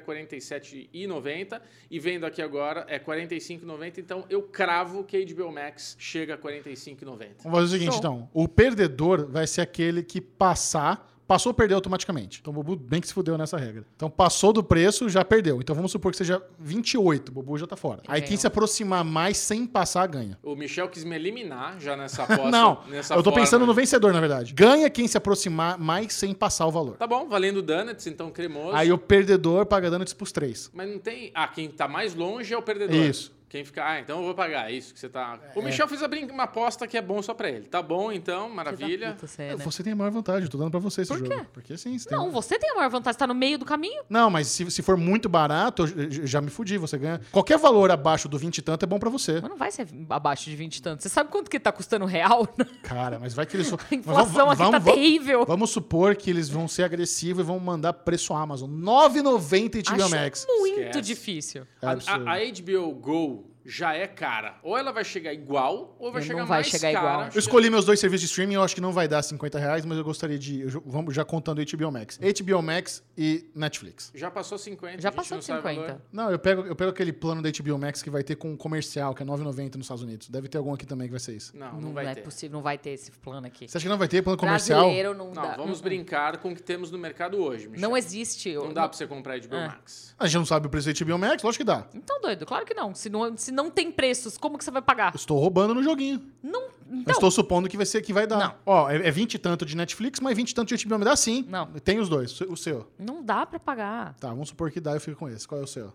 47,90. E vendo aqui agora, é 45,90. Então eu cravo que a HBO Max chega a 45,90.
Vamos fazer o seguinte,
Show.
então. O perdedor vai ser aquele que passar. Passou, perdeu automaticamente. Então o Bubu bem que se fudeu nessa regra. Então passou do preço, já perdeu. Então vamos supor que seja 28. O Bubu já tá fora. Aí quem
Ganhou.
se aproximar mais sem passar, ganha.
O Michel quis me eliminar já nessa aposta.
Não,
nessa
eu tô
forma.
pensando no vencedor, na verdade. Ganha quem se aproximar mais sem passar o valor.
Tá bom, valendo donuts, então cremoso.
Aí o perdedor paga dano tipo os três.
Mas não tem. Ah, quem tá mais longe é o perdedor.
Isso.
Quem fica, ah, então eu vou pagar é isso que você tá. O Michel fez a brin- uma aposta que é bom só pra ele. Tá bom, então,
Filho da
maravilha.
puta, você é, né?
Você tem a maior vantagem, eu tô dando pra você esse
Por
jogo.
quê?
Porque sim, você tem-
Não, você tem a maior vantagem, tá no meio do caminho.
Não, mas se, se for muito barato, eu j- já me fudi, você ganha. Qualquer valor abaixo do 20 e tanto é bom pra você.
Mas não vai ser abaixo de 20 e tanto. Você sabe quanto que tá custando real?
Cara, mas vai que eles...
A inflação aqui tá terrível.
Vamos supor que eles vão ser agressivos e vão mandar preço Amazon. 9,90 de HBO Max.
Acho muito
Esquece.
difícil.
É
A,
absurdo.
a- a HBO Go já é cara. Ou ela vai chegar igual, ou vai
Não
chegar
vai
mais
chegar
cara.
igual.
Eu escolhi meus dois serviços de streaming, eu acho que não vai dar 50 reais, mas eu gostaria de... eu já- vamos já contando HBO Max. HBO Max e Netflix.
Já passou 50. a
Já
gente
passou
não
de
sabe o
50.
valor.
Não, eu pego, eu pego aquele plano da HBO Max que vai ter com comercial, que é 9,90 nos Estados Unidos. Deve ter algum aqui também que vai ser isso.
Não, não, vai
é
ter.
possível, não vai ter esse plano aqui.
Você acha que não vai ter plano é comercial?
Brasileiro não,
Não,
dá.
vamos brincar com o que temos no mercado hoje, Michel.
Não existe.
Não dá pra você comprar HBO
Ah.
Max.
A gente não sabe o preço da HBO Max? Lógico que dá.
Então, doido, claro que não. Se não, se não tem preços, como que você vai pagar?
Eu estou roubando no joguinho.
Não.
eu
Então,
estou supondo que vai ser que vai dar. Ó, é, é 20 e tanto de Netflix, mas 20 e tanto de HBO Max dá sim.
Não.
Tem os dois. O seu.
não dá pra pagar.
Tá, vamos supor que dá, eu fico com esse. Qual é o seu?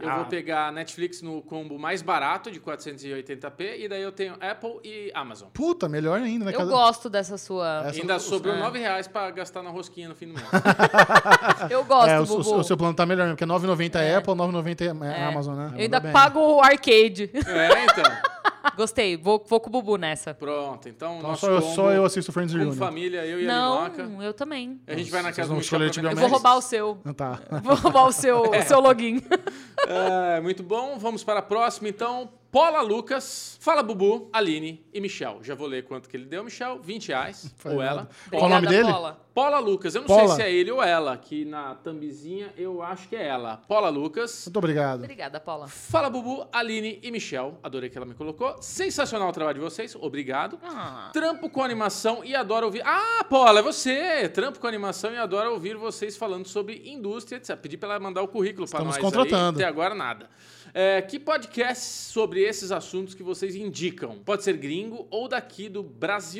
Eu vou pegar a Netflix no combo mais barato, de 480p, e daí eu tenho Apple e Amazon.
Puta, melhor ainda, né?
Eu
Cada-
gosto dessa sua.
Essa-
Ainda sobrou
É.
9 reais pra gastar na rosquinha no fim do mês.
Eu gosto,
É, o,
Bubu.
o- o seu plano tá melhor mesmo, porque é 9,90 Apple, 9,90 é
É.
Amazon, né?
Eu
Mandou
ainda
bem.
pago o arcade.
é, então.
Gostei, vou, vou com o Bubu nessa.
Pronto, então,
Então
nosso
só eu,
combo
só eu assisto Friends
com
Reunion.
família, eu e a Linoca.
Não, eu também.
A gente vai na
Vocês
casa do
vão
Michel
escolher
pra
o
vender
Eu
Mas-
vou
mais.
roubar o seu.
Ah, Tá.
Vou roubar o seu, o seu login.
É, muito bom, vamos para a próxima, então. Paula Lucas, Fala Bubu, Aline e Michel. Já vou ler quanto que ele deu, Michel. 20 reais,
Foi
ou
nada.
ela.
Qual o nome dele?
Paula.
Paula Lucas, eu não
Paula.
sei se é ele ou ela, que na thumbzinha eu acho que é ela. Paula Lucas.
Muito obrigado.
Obrigada, Paula.
Fala Bubu, Aline e Michel. Adorei que ela me colocou. Sensacional o trabalho de vocês, obrigado.
Ah,
Trampo com animação e adoro ouvir. Ah, Paula, é você! Trampo com animação e adoro ouvir vocês falando sobre indústria, etc. Pedi pra ela mandar o currículo pra
Estamos
nós.
contratando.
Aí. Até agora nada. É, que podcasts sobre esses assuntos que vocês indicam? Pode ser gringo ou daqui do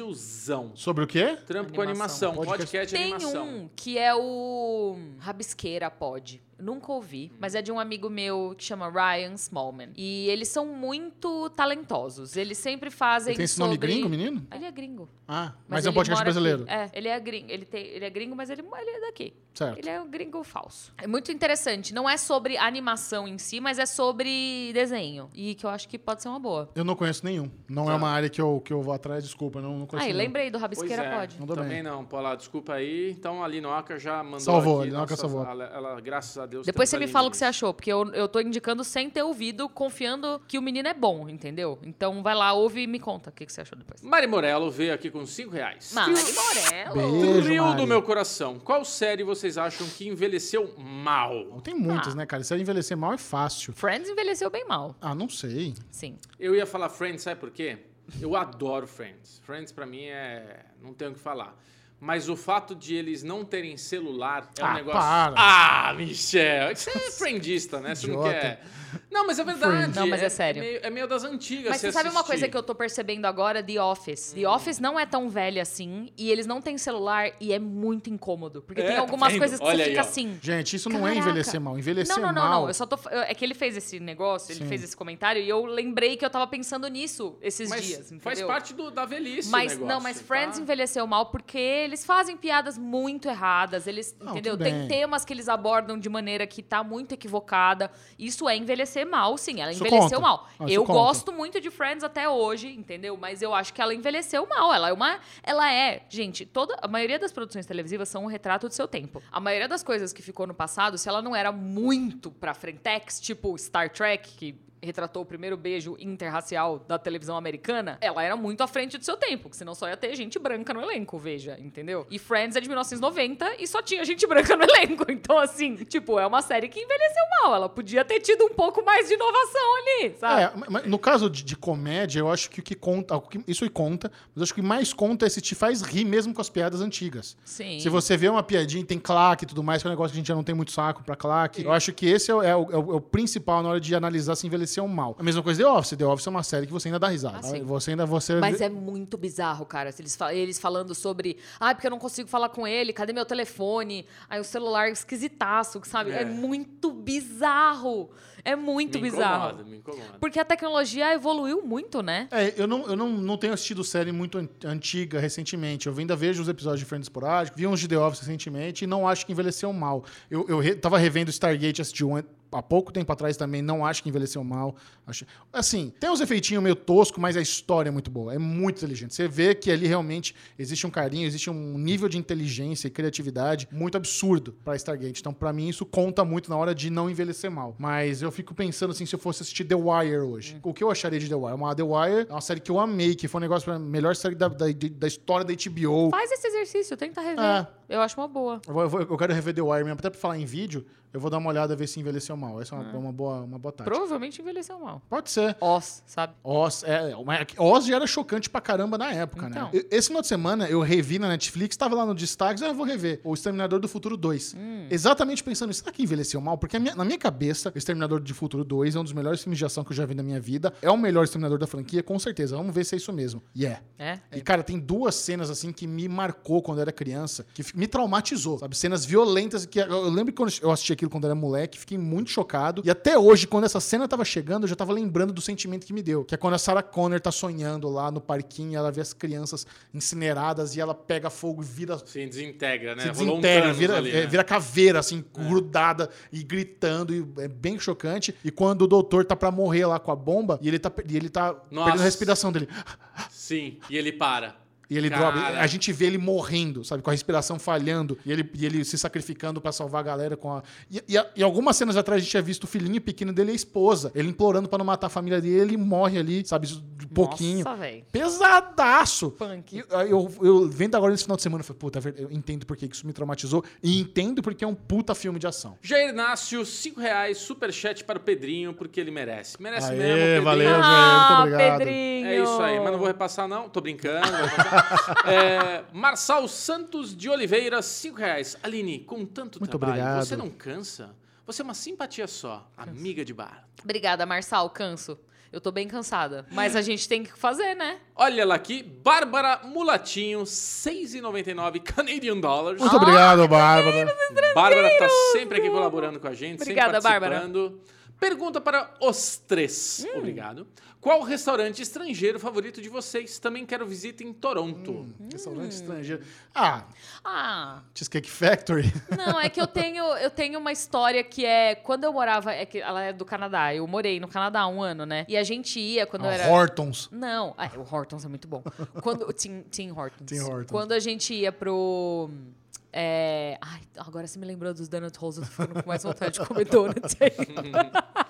Brasilzão.
Sobre o quê?
Trampo com
Animação.
animação, podcast, de
tem
animação.
um que é o Rabisqueira Pod. Nunca ouvi, mas é de um amigo meu que chama Ryan Smallman. E eles são muito talentosos. Eles sempre fazem
Ele tem esse nome
sobre...
gringo, menino?
Ele é gringo.
Ah, mas, é um
ele
podcast
mora aqui.
brasileiro.
É, ele é gringo. Ele, tem, ele é gringo, mas ele, ele é daqui.
Certo.
Ele é um gringo falso. É muito interessante. Não é sobre animação em si, mas é sobre desenho. E que eu acho que pode ser uma boa.
Eu não conheço nenhum. Não é uma área que eu, que eu vou atrás, desculpa, eu não, não conheço
Tá. Aí,
nenhum.
lembrei do
Pois
Rabisqueira
é,
Pod.
Mandou bem.
também não, Paula, desculpa aí. Então a Linoca já mandou
Salvou,
aqui
a Linoca
nossas-
salvou.
Ela, ela, graças a Deus...
Depois você
temos
me
a
fala o
Aline.
que você achou, porque eu, eu tô indicando sem ter ouvido, confiando que o menino é bom, entendeu? Então vai lá, ouve e me conta o que, que você achou depois.
Mari Morello veio aqui com 5 reais.
Mari Morello!
Beijo,
Trio
Mari.
do meu coração. Qual série vocês acham que envelheceu mal?
Tem
Tá.
muitas, né, cara? Se ela envelhecer mal é fácil.
Friends envelheceu bem mal,
Ah, não sei.
sim.
Eu ia falar Friends, sabe por quê? Eu adoro Friends. Friends pra mim é, não tenho o que falar. mas o fato de eles não terem celular é um
Ah,
negócio.
para.
Ah, Michel, é que você é friendista, né? Você não
Idiota.
quer. Não, mas é verdade.
Não, mas é sério.
meio, é meio das antigas.
Mas você sabe uma coisa que eu tô percebendo agora? The Office.
Hum.
The Office não é tão velha assim e eles não têm celular e é muito incômodo. Porque
É,
tem
tá
algumas
vendo?
coisas que
Olha
você
aí,
fica
ó.
assim.
Gente, isso não é
Caraca.
envelhecer mal. Envelhecer
Não, não, não,
mal.
não. Eu só tô. eu- É que ele fez esse negócio, ele
Sim.
fez esse comentário e eu lembrei que eu tava pensando nisso esses
Mas
dias. Entendeu?
faz parte do- da velhice.
Mas
o negócio,
não, mas Friends é
tá?
envelheceu mal porque eles fazem piadas muito erradas, eles,
Não,
entendeu?
tudo
Tem
bem.
temas que eles abordam de maneira que tá muito equivocada. Isso é envelhecer mal, sim, ela
Isso
envelheceu
conta.
mal.
Ah, isso
eu
conta.
gosto muito de Friends até hoje, entendeu? Mas eu acho que ela envelheceu mal. Ela é uma ela é, gente, toda a maioria das produções televisivas são um retrato do seu tempo. A maioria das coisas que ficou no passado, se ela não era muito pra frentex, tipo Star Trek, que retratou o primeiro beijo interracial da televisão americana, ela era muito à frente do seu tempo, que senão só ia ter gente branca no elenco, veja, entendeu? E Friends é de 1990 e só tinha gente branca no elenco, então assim, tipo, é uma série que envelheceu mal, ela podia ter tido um pouco mais de inovação ali, sabe?
É, ma- mas no caso de, de comédia, eu acho que o que conta, o que- isso aí conta, mas eu acho que o que mais conta é se te faz rir mesmo com as piadas antigas.
Sim.
Se você vê uma piadinha e tem claque e tudo mais, que é um negócio que a gente já não tem muito saco pra claque, eu acho que esse é o, é o- é o- é o principal na hora de analisar se envelheceu mal. A mesma coisa The Office. The Office é uma série que você ainda dá risada.
Ah, sim.
você ainda... Você...
Mas é muito bizarro, cara. se Eles, fal- eles falando sobre. Ah, porque eu não consigo falar com ele, cadê meu telefone? Aí o celular esquisitaço, que sabe? É,
É.
muito bizarro. É muito
me
bizarro.
Incomoda, né? me incomoda.
Porque a tecnologia evoluiu muito, né?
É, eu não, eu não, não tenho assistido série muito an- antiga recentemente. Eu ainda vejo os episódios de Friends esporádico, vi uns de The Office recentemente e não acho que envelheceu mal. Eu, eu re- tava revendo Stargate SG-1 há pouco tempo atrás também, não acho que envelheceu mal. Acho- Assim, tem uns efeitinhos meio tosco, mas a história é muito boa, é muito inteligente. Você vê que ali realmente existe um carinho, existe um nível de inteligência e criatividade muito absurdo pra Stargate. Então, pra mim, isso conta muito na hora de não envelhecer mal. Mas eu fico pensando assim, se eu fosse assistir The Wire hoje, o que eu acharia de The Wire? Uma The Wire é uma série que eu amei, que foi um negócio pra melhor série da, da, de- da história da HBO.
Faz esse exercício, tenta rever.
É.
Eu acho uma boa.
Eu, vou- eu vou- eu quero rever The Wire mesmo, até pra falar em vídeo, eu vou dar uma olhada ver se envelheceu mal. Essa é uma, uma boa, uma boa tática.
Provavelmente envelheceu mal.
Pode ser.
Oz, sabe?
Oz, é, mas Oz já era chocante pra caramba na época,
Então.
né? Eu- Esse final de semana eu revi na Netflix, tava lá no Destaques, eu vou rever. O Exterminador do Futuro 2. Exatamente pensando nisso. Será que envelheceu mal? Porque a minha- na minha cabeça, o Exterminador do Futuro 2 é um dos melhores filmes de ação que eu já vi na minha vida. É o melhor Exterminador da franquia, com certeza. Vamos ver se é isso mesmo. E é.
É.
E, cara, tem duas cenas, assim, que me marcou quando eu era criança, que fi- me traumatizou, sabe? Cenas violentas que eu- eu lembro que quando eu assisti aquilo quando eu era moleque, fiquei muito chocado. E até hoje, quando essa cena tava chegando, eu já tava lembrando do sentimento que me deu. Que é quando a Sarah Connor tá sonhando lá no parquinho, ela vê as crianças incineradas e ela pega fogo e vira
Se desintegra, né?
se
Rolou um
desintegra,
Thanos
vira,
ali,
é,
né? É.
vira caveira, assim, grudada e gritando, e é bem chocante. E quando o doutor tá pra morrer lá com a bomba, e ele tá, per- e ele tá
Nossa.
perdendo a respiração dele.
Sim, e ele para.
E ele
Cara.
dropa. A gente vê ele morrendo, sabe? Com a respiração falhando. E ele, e ele se sacrificando pra salvar a galera com a. E, e a- e algumas cenas atrás a gente tinha visto o filhinho pequeno dele e a esposa. Ele implorando pra não matar a família dele. Ele morre ali, sabe? isso De
Um
pouquinho.
Nossa, velho.
Pesadaço!
Punk.
E, aí Eu, eu vendo agora nesse final de semana, eu falei, puta, é verdade, eu entendo porque isso me traumatizou. E entendo porque é um puta filme de ação.
Jair Nácio, 5 reais, superchat para o Pedrinho, porque ele merece. Merece
Aê,
mesmo, Pedrinho.
valeu. velho, muito
ah,
obrigado.
Pedrinho.
É isso aí, mas não vou repassar, não. Tô brincando. vou repassar. É, Marçal Santos de Oliveira, 5 reais. Aline, com tanto
Muito
trabalho,
obrigado.
você não cansa? Você é uma simpatia só, amiga de bar.
Obrigada, Marçal. Canso. Eu tô bem cansada. Mas a gente tem que fazer, né?
Olha ela aqui, Bárbara Mulatinho, 6,99 Canadian Dollars.
Ah,
Muito obrigado, Bárbara.
Bárbara tá sempre aqui colaborando com a gente,
Obrigada,
sempre participando. Pergunta para os três.
Hum.
Obrigado. Qual o restaurante estrangeiro favorito de vocês? Também quero visita em Toronto.
Hum.
Restaurante estrangeiro. Ah,
Ah,
Cheesecake Factory.
Não, é que eu tenho, eu tenho uma história que é. Quando eu morava. É que ela é do Canadá. Eu morei no Canadá um ano, né? E a gente ia quando eu era.
Ah, Hortons.
Não, ah, o Hortons é muito bom. Quando, o Tim, Tim Hortons.
Tim Hortons.
Quando a gente ia pro. é, ai, agora você me lembrou dos Donut Holes, eu tô ficando com mais vontade de comer donuts ainda.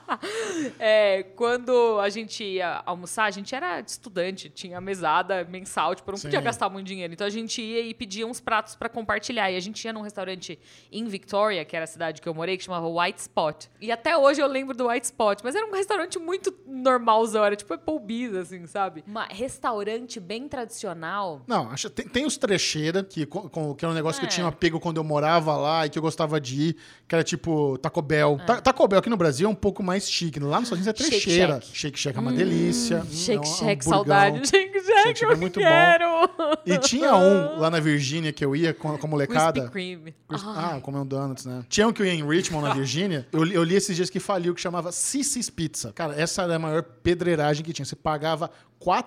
É, quando a gente ia almoçar, a gente era estudante, tinha mesada mensal, tipo, não podia
Sim.
gastar muito dinheiro. Então a gente ia e pedia uns pratos pra compartilhar. E a gente ia num restaurante em Victoria, que era a cidade que eu morei, que chamava White Spot. E até hoje eu lembro do White Spot, mas era um restaurante muito normalzão, era tipo Applebee's, assim, sabe? Uma restaurante bem tradicional.
Não, acha- tem, tem os trecheira, que, co- com- que era um negócio que eu
É.
tinha apego quando eu morava lá e que eu gostava de ir, que era tipo Taco Bell. Ta- Taco Bell aqui no Brasil é um pouco mais chique. Lá nos Estados Unidos é
Shake
trecheira. Shake
Shack.
Shack, é uma delícia. Hum, é um- é um
Shake Shack,
hamburgão.
saudade. Shake Shack,
Shack é
eu
muito bom.
quero.
E tinha um lá na Virgínia que eu ia com, com a molecada.
Krispy Kreme.
Cris- Ah, comendo donuts, né? Tinha um que eu ia em Richmond, na Virgínia. Eu, li- eu li esses dias que faliu, que chamava Sissy's Pizza. Cara, essa era a maior pedreiragem que tinha. Você pagava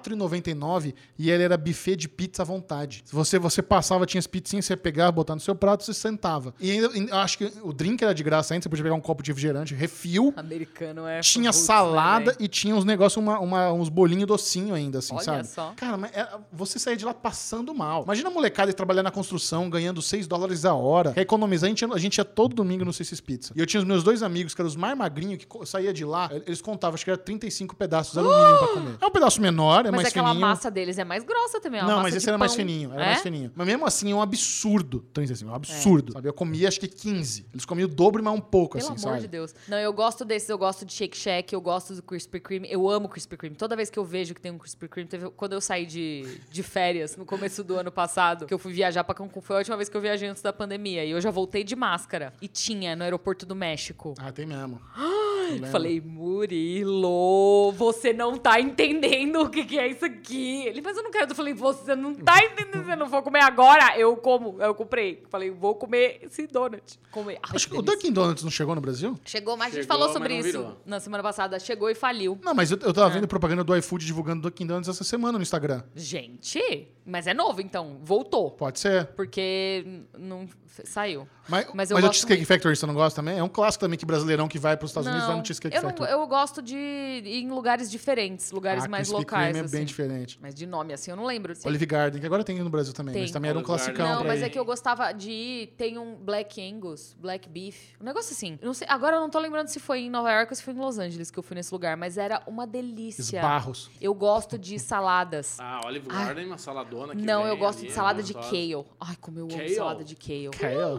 R$4,99 e ele era buffet de pizza à vontade. Você, você passava, tinha as pizzinhas, você pegava, botava no seu prato, você sentava. E ainda, ainda- eu acho que o drink era de graça ainda, você podia pegar um copo de refrigerante, refil.
Americano é.
Tinha
roots, né,
salada
velho?
e tinha uns negócios, uma, uma- uns bolinhos docinho ainda, assim,
Olha
sabe?
só.
Cara, mas é- você sair de lá passando mal. Imagina a molecada ir trabalhar na construção, ganhando 6 dólares a hora. Quer economizar, a gente, ia- a gente ia todo domingo no Cessis Pizza. E eu tinha os meus dois amigos, que eram os mais magrinhos, que co- saía de lá, eh, eles contavam, acho que era 35 pedaços de alumínio pra comer. É um pedaço menor, é
Mas
mais
aquela
fininho.
massa deles é mais grossa também. é uma
Não,
massa
mas esse
de
era mais
pão.
fininho, era
É?
mais fininho. Mas mesmo assim, é um absurdo. 35, é um absurdo. Sabe? Eu comia acho que 15. Eles comiam o dobro, mas um pouco,
Pelo
assim,
amor
sabe?
de Deus. Não, eu gosto desses, eu gosto de Shake Shack, eu gosto do Krispy Kreme, eu amo Krispy Kreme. Toda vez que eu vejo que tem um Krispy Kreme, teve- quando eu saí de, de férias no começo do ano passado, que eu fui viajar pra Cancún, foi a última vez que eu viajei antes da pandemia, e eu já voltei de máscara. E tinha no aeroporto do México.
Ah, tem mesmo.
Eu Falei, Murilo, você não tá entendendo o que, que é isso aqui. Ele, mas eu não quero. Eu falei, você não tá entendendo. Se eu não for comer agora, eu como. Eu comprei. Falei, vou comer esse donut. Comer. Ai,
Acho que o
delícia.
Dunkin' Donuts não chegou no Brasil?
Chegou, mas a gente
Chegou,
falou
mas
sobre
não
isso
virou.
na semana passada. Chegou e faliu.
Não, mas eu, eu
É.
tava vendo propaganda do iFood divulgando Dunkin' Donuts essa semana no Instagram.
Gente, mas é novo então. Voltou.
Pode ser.
Porque n- não f- saiu.
Mas, mas,
Mas eu
o
gosto
Cheesecake
muito.
Factory você não gosta também? É um clássico também que brasileirão que vai para os Estados Unidos vai no um Cheesecake
eu, não-
Factory.
eu gosto de ir em lugares diferentes, lugares
Ah,
mais
Krispy
locais.
Kreme é bem
assim.
diferente.
Mas de nome, assim, eu não lembro. Sim.
Olive Garden, que agora tem no Brasil também,
Tem.
mas também era um
Olive Garden.
classicão.
Não,
pra
mas
ir.
é que eu gostava de ir. Tem um Black Angus, Black Beef. Um negócio assim. Eu Não sei, agora eu não tô lembrando se foi em Nova York ou se foi em Los Angeles que eu fui nesse lugar, mas era uma delícia.
Esbarros.
Eu gosto de saladas.
Ah, Olive
Ai.
Garden, uma saladona que
não,
vem
eu gosto
ali,
de
é
salada de
gostosa.
kale. Ai, como eu amo
Kale?
salada de kale.
É,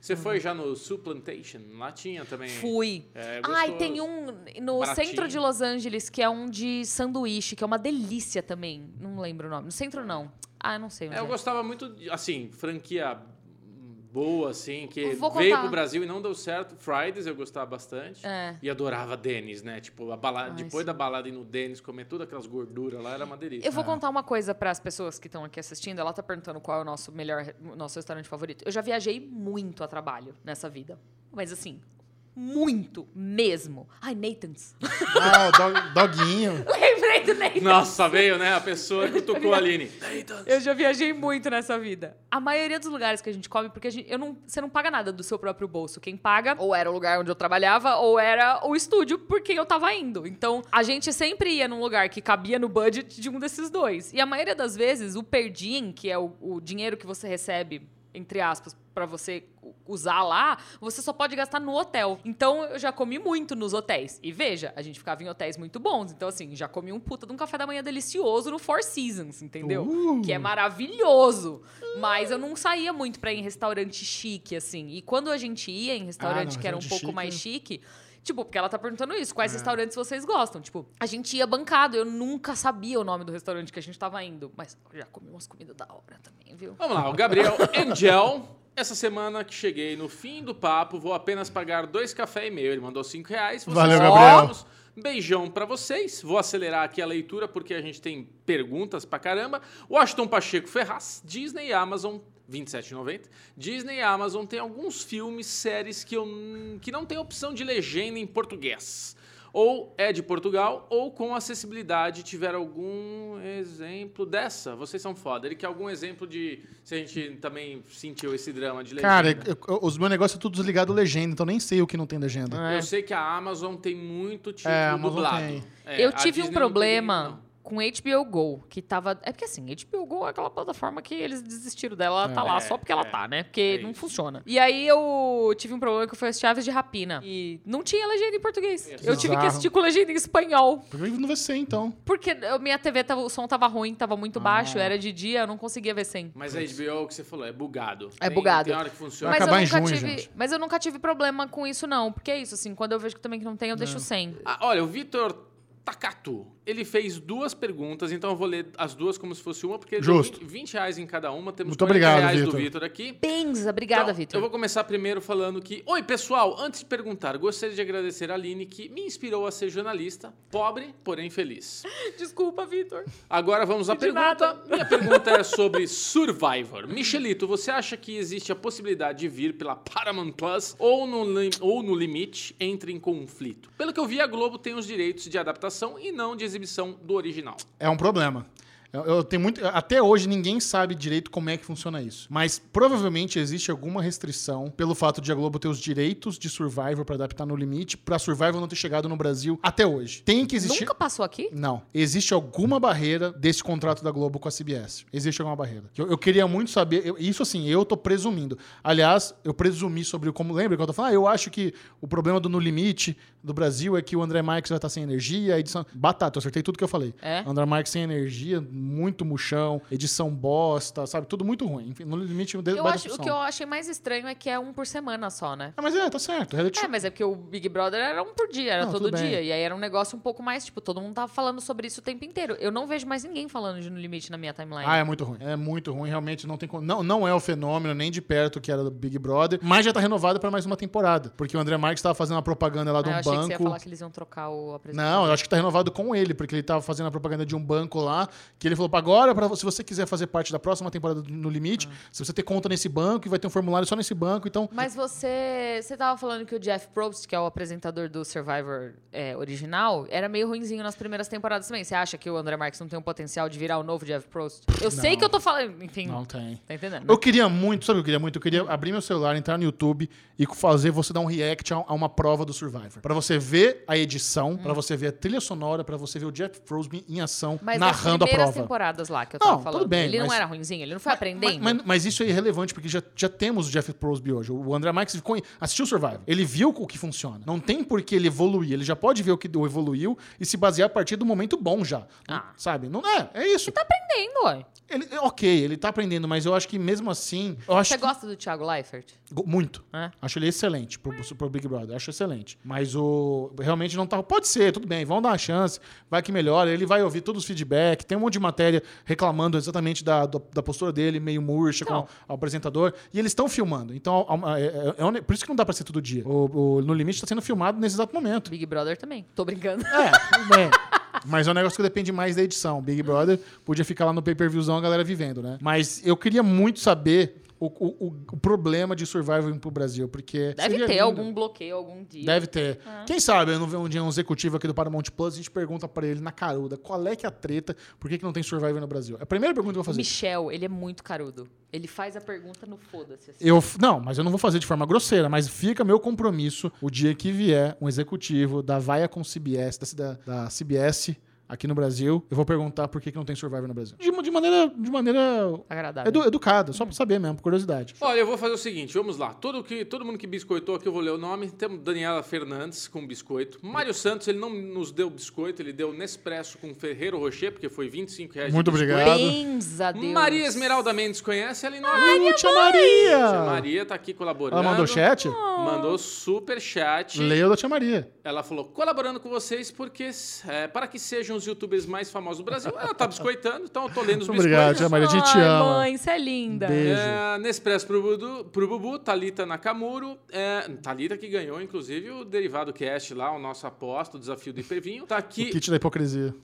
Você foi já no Supplantation? Lá tinha também.
Fui.
É,
Ai,
gostoso.
tem um no
Baratinho.
centro de Los Angeles que é um de sanduíche, que é uma delícia também. Não lembro o nome. No centro, não. Ah, eu não sei. onde
É, eu
é.
gostava muito, de, assim, franquia boa, assim, que
Eu vou
veio
contar.
pro Brasil e não deu certo. Fridays eu gostava bastante.
É.
E adorava Dennis, né? Tipo, a balada,
Ai,
depois
sim.
da balada ir no Dennis, comer todas aquelas gorduras lá, era uma delícia.
Eu vou contar uma coisa para as pessoas que estão aqui assistindo. Ela tá perguntando qual é o nosso melhor, o nosso restaurante favorito. Eu já viajei muito a trabalho nessa vida. Mas assim, muito mesmo. Ai, Nathan's.
Ah, o dog- doguinho.
Lembrei do Nathan's.
Nossa, veio, né? A pessoa que tocou a Aline.
Eu já viajei muito nessa vida. A maioria dos lugares que a gente come, porque a gente- eu não, você não paga nada do seu próprio bolso. Quem paga, ou era o lugar onde eu trabalhava, ou era o estúdio por quem eu tava indo. Então, a gente sempre ia num lugar que cabia no budget de um desses dois. E a maioria das vezes, o perdim, que é o, o dinheiro que você recebe, entre aspas, pra você u- usar lá, você só pode gastar no hotel. Então, eu já comi muito nos hotéis. E veja, a gente ficava em hotéis muito bons. Então, assim, já comi um puta de um café da manhã delicioso no Four Seasons, entendeu?
Uh.
Que é maravilhoso. Mas eu não saía muito pra ir em restaurante chique, assim. E quando a gente ia em restaurante
Ah, não,
que era um pouco
restaurante É.
mais chique. Tipo, porque ela tá perguntando isso, quais restaurantes vocês gostam? Tipo, a gente ia bancado, eu nunca sabia o nome do restaurante que a gente tava indo, mas já comi umas comidas da hora também, viu?
Vamos lá, o Gabriel Angel. Essa semana que cheguei no fim do papo, vou apenas pagar dois café e meio. Ele mandou cinco reais. Vocês
Valeu,
são
Gabriel.
ótimos. Beijão pra vocês. Vou acelerar aqui a leitura porque a gente tem perguntas pra caramba. Washington Pacheco Ferraz, Disney e Amazon, 27,90. Disney e Amazon tem alguns filmes, séries que, eu, n- que não tem opção de legenda em português. Ou é de Portugal, ou com acessibilidade. Tiver algum exemplo dessa? Vocês são foda. Ele quer algum exemplo de. Se a gente também sentiu esse drama de legenda.
Cara, eu- eu- os meus negócios é tudo desligado legenda, então nem sei o que não tem
Ah.
legenda.
Eu sei que a Amazon tem muito título
É, a Amazon
dublado.
tem.
É,
eu
a
tive
Disney
um
não tem,
problema
não.
com HBO Go, que tava. É porque assim, HBO Go é aquela plataforma que eles desistiram dela, ela tá lá
É,
só porque ela
é.
tá, né? Porque
É
não
isso.
funciona. E aí eu tive um problema que foi as chaves de rapina. E não tinha legenda em português.
Isso.
Eu tive que
Bizarro.
assistir com legenda em espanhol.
Por que não vai ser, então?
Porque eu- minha TV, tava, o som tava ruim, tava muito baixo, era de dia, eu não conseguia ver sem.
Mas a HBO, o que você falou, é bugado.
É
Tem-
bugado.
Tem hora que funciona.
Mas eu,
acabar
nunca
em junho,
tive,
gente.
mas eu nunca tive problema com isso, não. Porque é isso, assim, quando eu vejo que também que não tem, eu deixo sem.
Ah, olha, o Vitor Takato, ele fez duas perguntas, então eu vou ler as duas como se fosse uma, porque deu
Justo.
20, 20 reais em cada uma, temos
Muito obrigado,
reais do
Vitor.
Vitor aqui.
Bens, obrigada,
Então, Eu
Vitor.
vou começar primeiro falando que... Oi, pessoal! Antes de perguntar, gostaria de agradecer a Aline, que me inspirou a ser jornalista, pobre, porém feliz.
Desculpa, Vitor.
Agora vamos à
De
pergunta.
nada.
Minha pergunta é sobre Survivor. Michelito, você acha que existe a possibilidade de vir pela Paramount Plus ou no, lim- ou no limite entre em conflito? Pelo que eu vi, a Globo tem os direitos de adaptação e não de exibição do original.
É um problema. Eu, eu tenho muito. Até hoje ninguém sabe direito como é que funciona isso. Mas provavelmente existe alguma restrição pelo fato de a Globo ter os direitos de Survivor pra adaptar no limite, pra Survivor não ter chegado no Brasil até hoje. Tem que existir.
Nunca passou aqui?
Não. Existe alguma barreira desse contrato da Globo com a CBS? Existe alguma barreira? Eu, eu queria muito saber. eu- isso assim, eu tô presumindo. Aliás, eu presumi sobre o como. Lembra que eu tô falando? Ah, eu acho que o problema do No Limite do Brasil é que o André Marques vai estar sem energia, a edição. Batata, eu acertei tudo que eu falei.
É?
André Marques sem energia, muito murchão, edição bosta, sabe? Tudo muito ruim. Enfim, no limite eu
Eu acho, o que eu achei mais estranho é que é um por semana só, né?
Ah, mas é, tá certo. Reality
É, mas é porque o Big Brother era um por dia, era
Não,
todo
tudo bem.
dia. E aí era um negócio um pouco mais, tipo, todo mundo tava falando sobre isso o tempo inteiro. Eu não vejo mais ninguém falando de No Limite na minha timeline.
Ah, é muito ruim. É muito ruim, realmente não tem como. Não, não é o fenômeno nem de perto que era do Big Brother, mas já tá renovado pra mais uma temporada. Porque o André Marques tava fazendo uma propaganda lá
Ah,
de um
eu achei que você ia
banco.
falar que eles iam trocar o apresentador.
Não, eu acho que tá renovado com ele, porque ele tava fazendo a propaganda de um banco lá, que ele falou, "Pá, agora, pra, vo- se você quiser fazer parte da próxima temporada do No Limite, se você ter conta nesse banco, e vai ter um formulário só nesse banco, então...
Hum. Mas você. Você tava falando que o Jeff Probst, que é o apresentador do Survivor é, original, era meio ruinzinho nas primeiras temporadas também. Você acha que o André Marques não tem o potencial de virar o novo Jeff Probst? Eu sei que eu tô falando. Enfim.
Não tem.
Tá entendendo? né?
Eu queria muito, sabe o que eu queria muito? Eu queria abrir meu celular, entrar no YouTube e fazer você dar um react a a uma prova do Survivor. Pra você ver a edição,
Uhum.
pra você ver a trilha sonora, pra você ver o Jeff Frosby em ação,
Mas é
narrando a
nas primeiras
prova.
temporadas lá que eu tava
Não, tudo
falando.
bem,
ele não
mas-
era ruinzinho, ele não foi tá aprendendo.
Mas, mas- mas isso é irrelevante, porque já, já temos o Jeff Prosby hoje. O André Marques ficou em- assistiu o Survivor. Ele viu o que funciona. Não tem por que ele evoluir. Ele já pode ver o que deu- evoluiu e se basear a partir do momento bom já.
Ah.
Sabe? Não é. É isso.
Tá aprendendo, ó.
Ele- ok, ele tá aprendendo, mas eu acho que mesmo assim. Eu acho
Você
que-
gosta do Thiago Leifert?
Go- Muito.
É.
Acho ele excelente pro, pro Big Brother. Acho excelente. Mas o. Realmente não tá. Pode ser, tudo bem. Vamos dar uma chance. Vai que melhora. Ele vai ouvir todos os feedbacks. Tem um monte de matéria reclamando exatamente da, do- da postura dele, meio murcha
Então.
com o apresentador. E eles estão filmando. Então, a- a- é, é- é um ne- por isso que não dá pra ser todo dia. O, o No Limite tá sendo filmado nesse exato momento.
Big Brother também. Tô brincando.
É, tudo bem. Mas é um negócio que depende mais da edição. Big Brother podia ficar lá no pay-per-viewzão a galera vivendo, né? Mas eu queria muito saber o, o- o- o problema de Survivor pro Brasil, porque.
Deve
seria
ter
lindo.
algum bloqueio algum dia. Ah.
Deve ter. Quem sabe eu não ver um dia um executivo aqui do Paramount Plus, a gente pergunta pra ele na caruda qual é que é a treta, por que, que não tem Survivor no Brasil? É a primeira pergunta que eu vou fazer.
Michel, ele é muito carudo. Ele faz a pergunta no foda-se. assim.
Eu, f- não, mas eu não vou fazer de forma grosseira, mas fica meu compromisso o dia que vier um executivo da Vaia com CBS, da, da, da CBS aqui no Brasil, eu vou perguntar por que, que não tem Survivor no Brasil. De, uma- de maneira, de maneira
Agradável.
edu- educada, só pra saber mesmo, por curiosidade.
Olha, eu vou fazer o seguinte, vamos lá. Todo, que, todo mundo que biscoitou aqui, eu vou ler o nome. Temos Daniela Fernandes com biscoito. Mário Santos, ele não nos deu biscoito, ele deu Nespresso com Ferreiro Rocher, porque foi 25 reais de
Muito
biscoito.
obrigado.
Bens a Deus.
Maria Esmeralda Mendes conhece, ela não
Tia Maria!
Maria tá aqui colaborando.
Ela mandou chat?
Mandou super chat.
Leia da Tia Maria.
Ela falou, colaborando com vocês porque é, para que sejam os youtubers mais famosos do Brasil. Ela tá biscoitando, então eu tô lendo os
Muito obrigado, Tia
biscoitos.
Maria. A gente te
Ai,
ama.
mãe, você é linda.
Beijo.
É, Nespresso pro, Budu, pro Bubu, Thalita Nakamuro. É, Thalita que ganhou, inclusive, o Derivado Cast lá, o nosso aposta, o desafio do Hipervinho. Tá aqui é, o kit,
Kit da hipocrisia.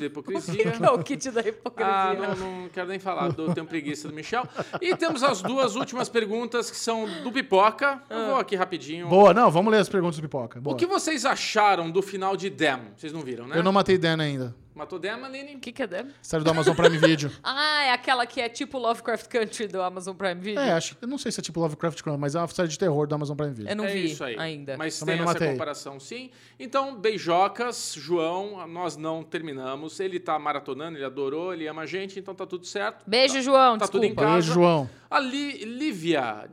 da hipocrisia.
Que é o kit da hipocrisia.
Ah, não, não quero nem falar, dou, tenho preguiça do Michel. E temos as duas últimas perguntas que são do Pipoca. Eu vou aqui rapidinho.
Boa, não, vamos ler as perguntas do Pipoca.
O
Boa.
que vocês acharam do final de Dem? Vocês não viram, né?
Eu não matei Dan ainda.
Matou Dema, Aline?
O que, que é Deb?
Sério do Amazon Prime Video.
Ah, é aquela que é tipo Lovecraft Country do Amazon Prime Video?
É, acho que. Eu não sei se é tipo Lovecraft Chrome, mas é uma série de terror do Amazon Prime Video.
Eu não
é
vi
isso aí.
ainda.
Mas
Também
tem
não
essa
matei.
comparação, sim. Então, beijocas, João, nós não terminamos. Ele tá maratonando, ele adorou, ele ama a gente, então tá tudo certo.
Beijo, João,
Tá tudo em
desculpa.
casa.
Beijo, João.
A Li- Lívia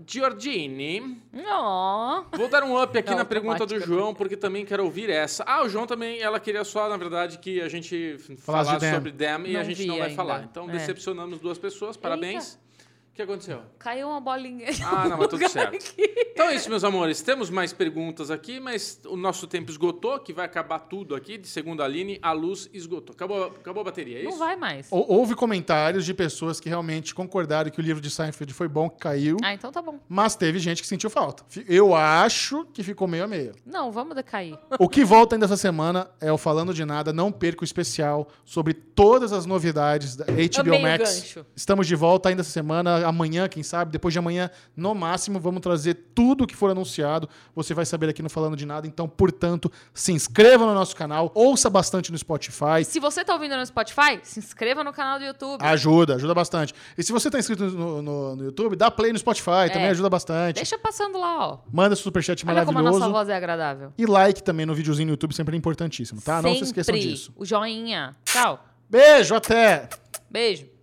Giordini.
Ó.
Vou dar um up aqui
Não,
na pergunta do
É automática.
João, porque também quero ouvir essa. Ah, o João também, ela queria só, na verdade, que a gente f-
Falasse
falasse
de Dem.
sobre Dem e
Não
a gente
vi
não vai
ainda.
falar. Então,
É.
decepcionamos duas pessoas, parabéns. O que aconteceu?
Caiu uma bolinha.
Ah, não, mas tudo
no lugar
certo.
aqui.
Então é isso, meus amores. Temos mais perguntas aqui, mas o nosso tempo esgotou, que vai acabar tudo aqui. De segunda Aline, a luz esgotou. Acabou, acabou a bateria, é isso?
Não vai mais.
Hou- Houve comentários de pessoas que realmente concordaram que o livro de Seinfeld foi bom, que caiu.
Ah, então tá bom.
Mas teve gente que sentiu falta. Fi- Eu acho que ficou meio a meio.
Não, vamos decair.
O que volta ainda essa semana é o Falando de Nada. Não perca o especial sobre todas as novidades da HBO
Amei o
Max.
gancho.
Estamos de volta ainda essa semana, amanhã, quem sabe, depois de amanhã, no máximo, vamos trazer tudo que for anunciado. Você vai saber aqui no Falando de Nada. Então, portanto, se inscreva no nosso canal, ouça bastante no Spotify.
E se você tá ouvindo no Spotify, se inscreva no canal do YouTube.
Ajuda, ajuda bastante. E se você tá inscrito no, no- no YouTube, dá play no Spotify, também ajuda bastante.
É. Deixa passando lá, ó.
Manda esse superchat
Olha como a nossa
maravilhoso.
voz é agradável.
E like também no videozinho no YouTube, sempre é importantíssimo, tá? Não se esqueçam
Sempre
disso.
O joinha. Tchau.
Beijo, até!
Beijo.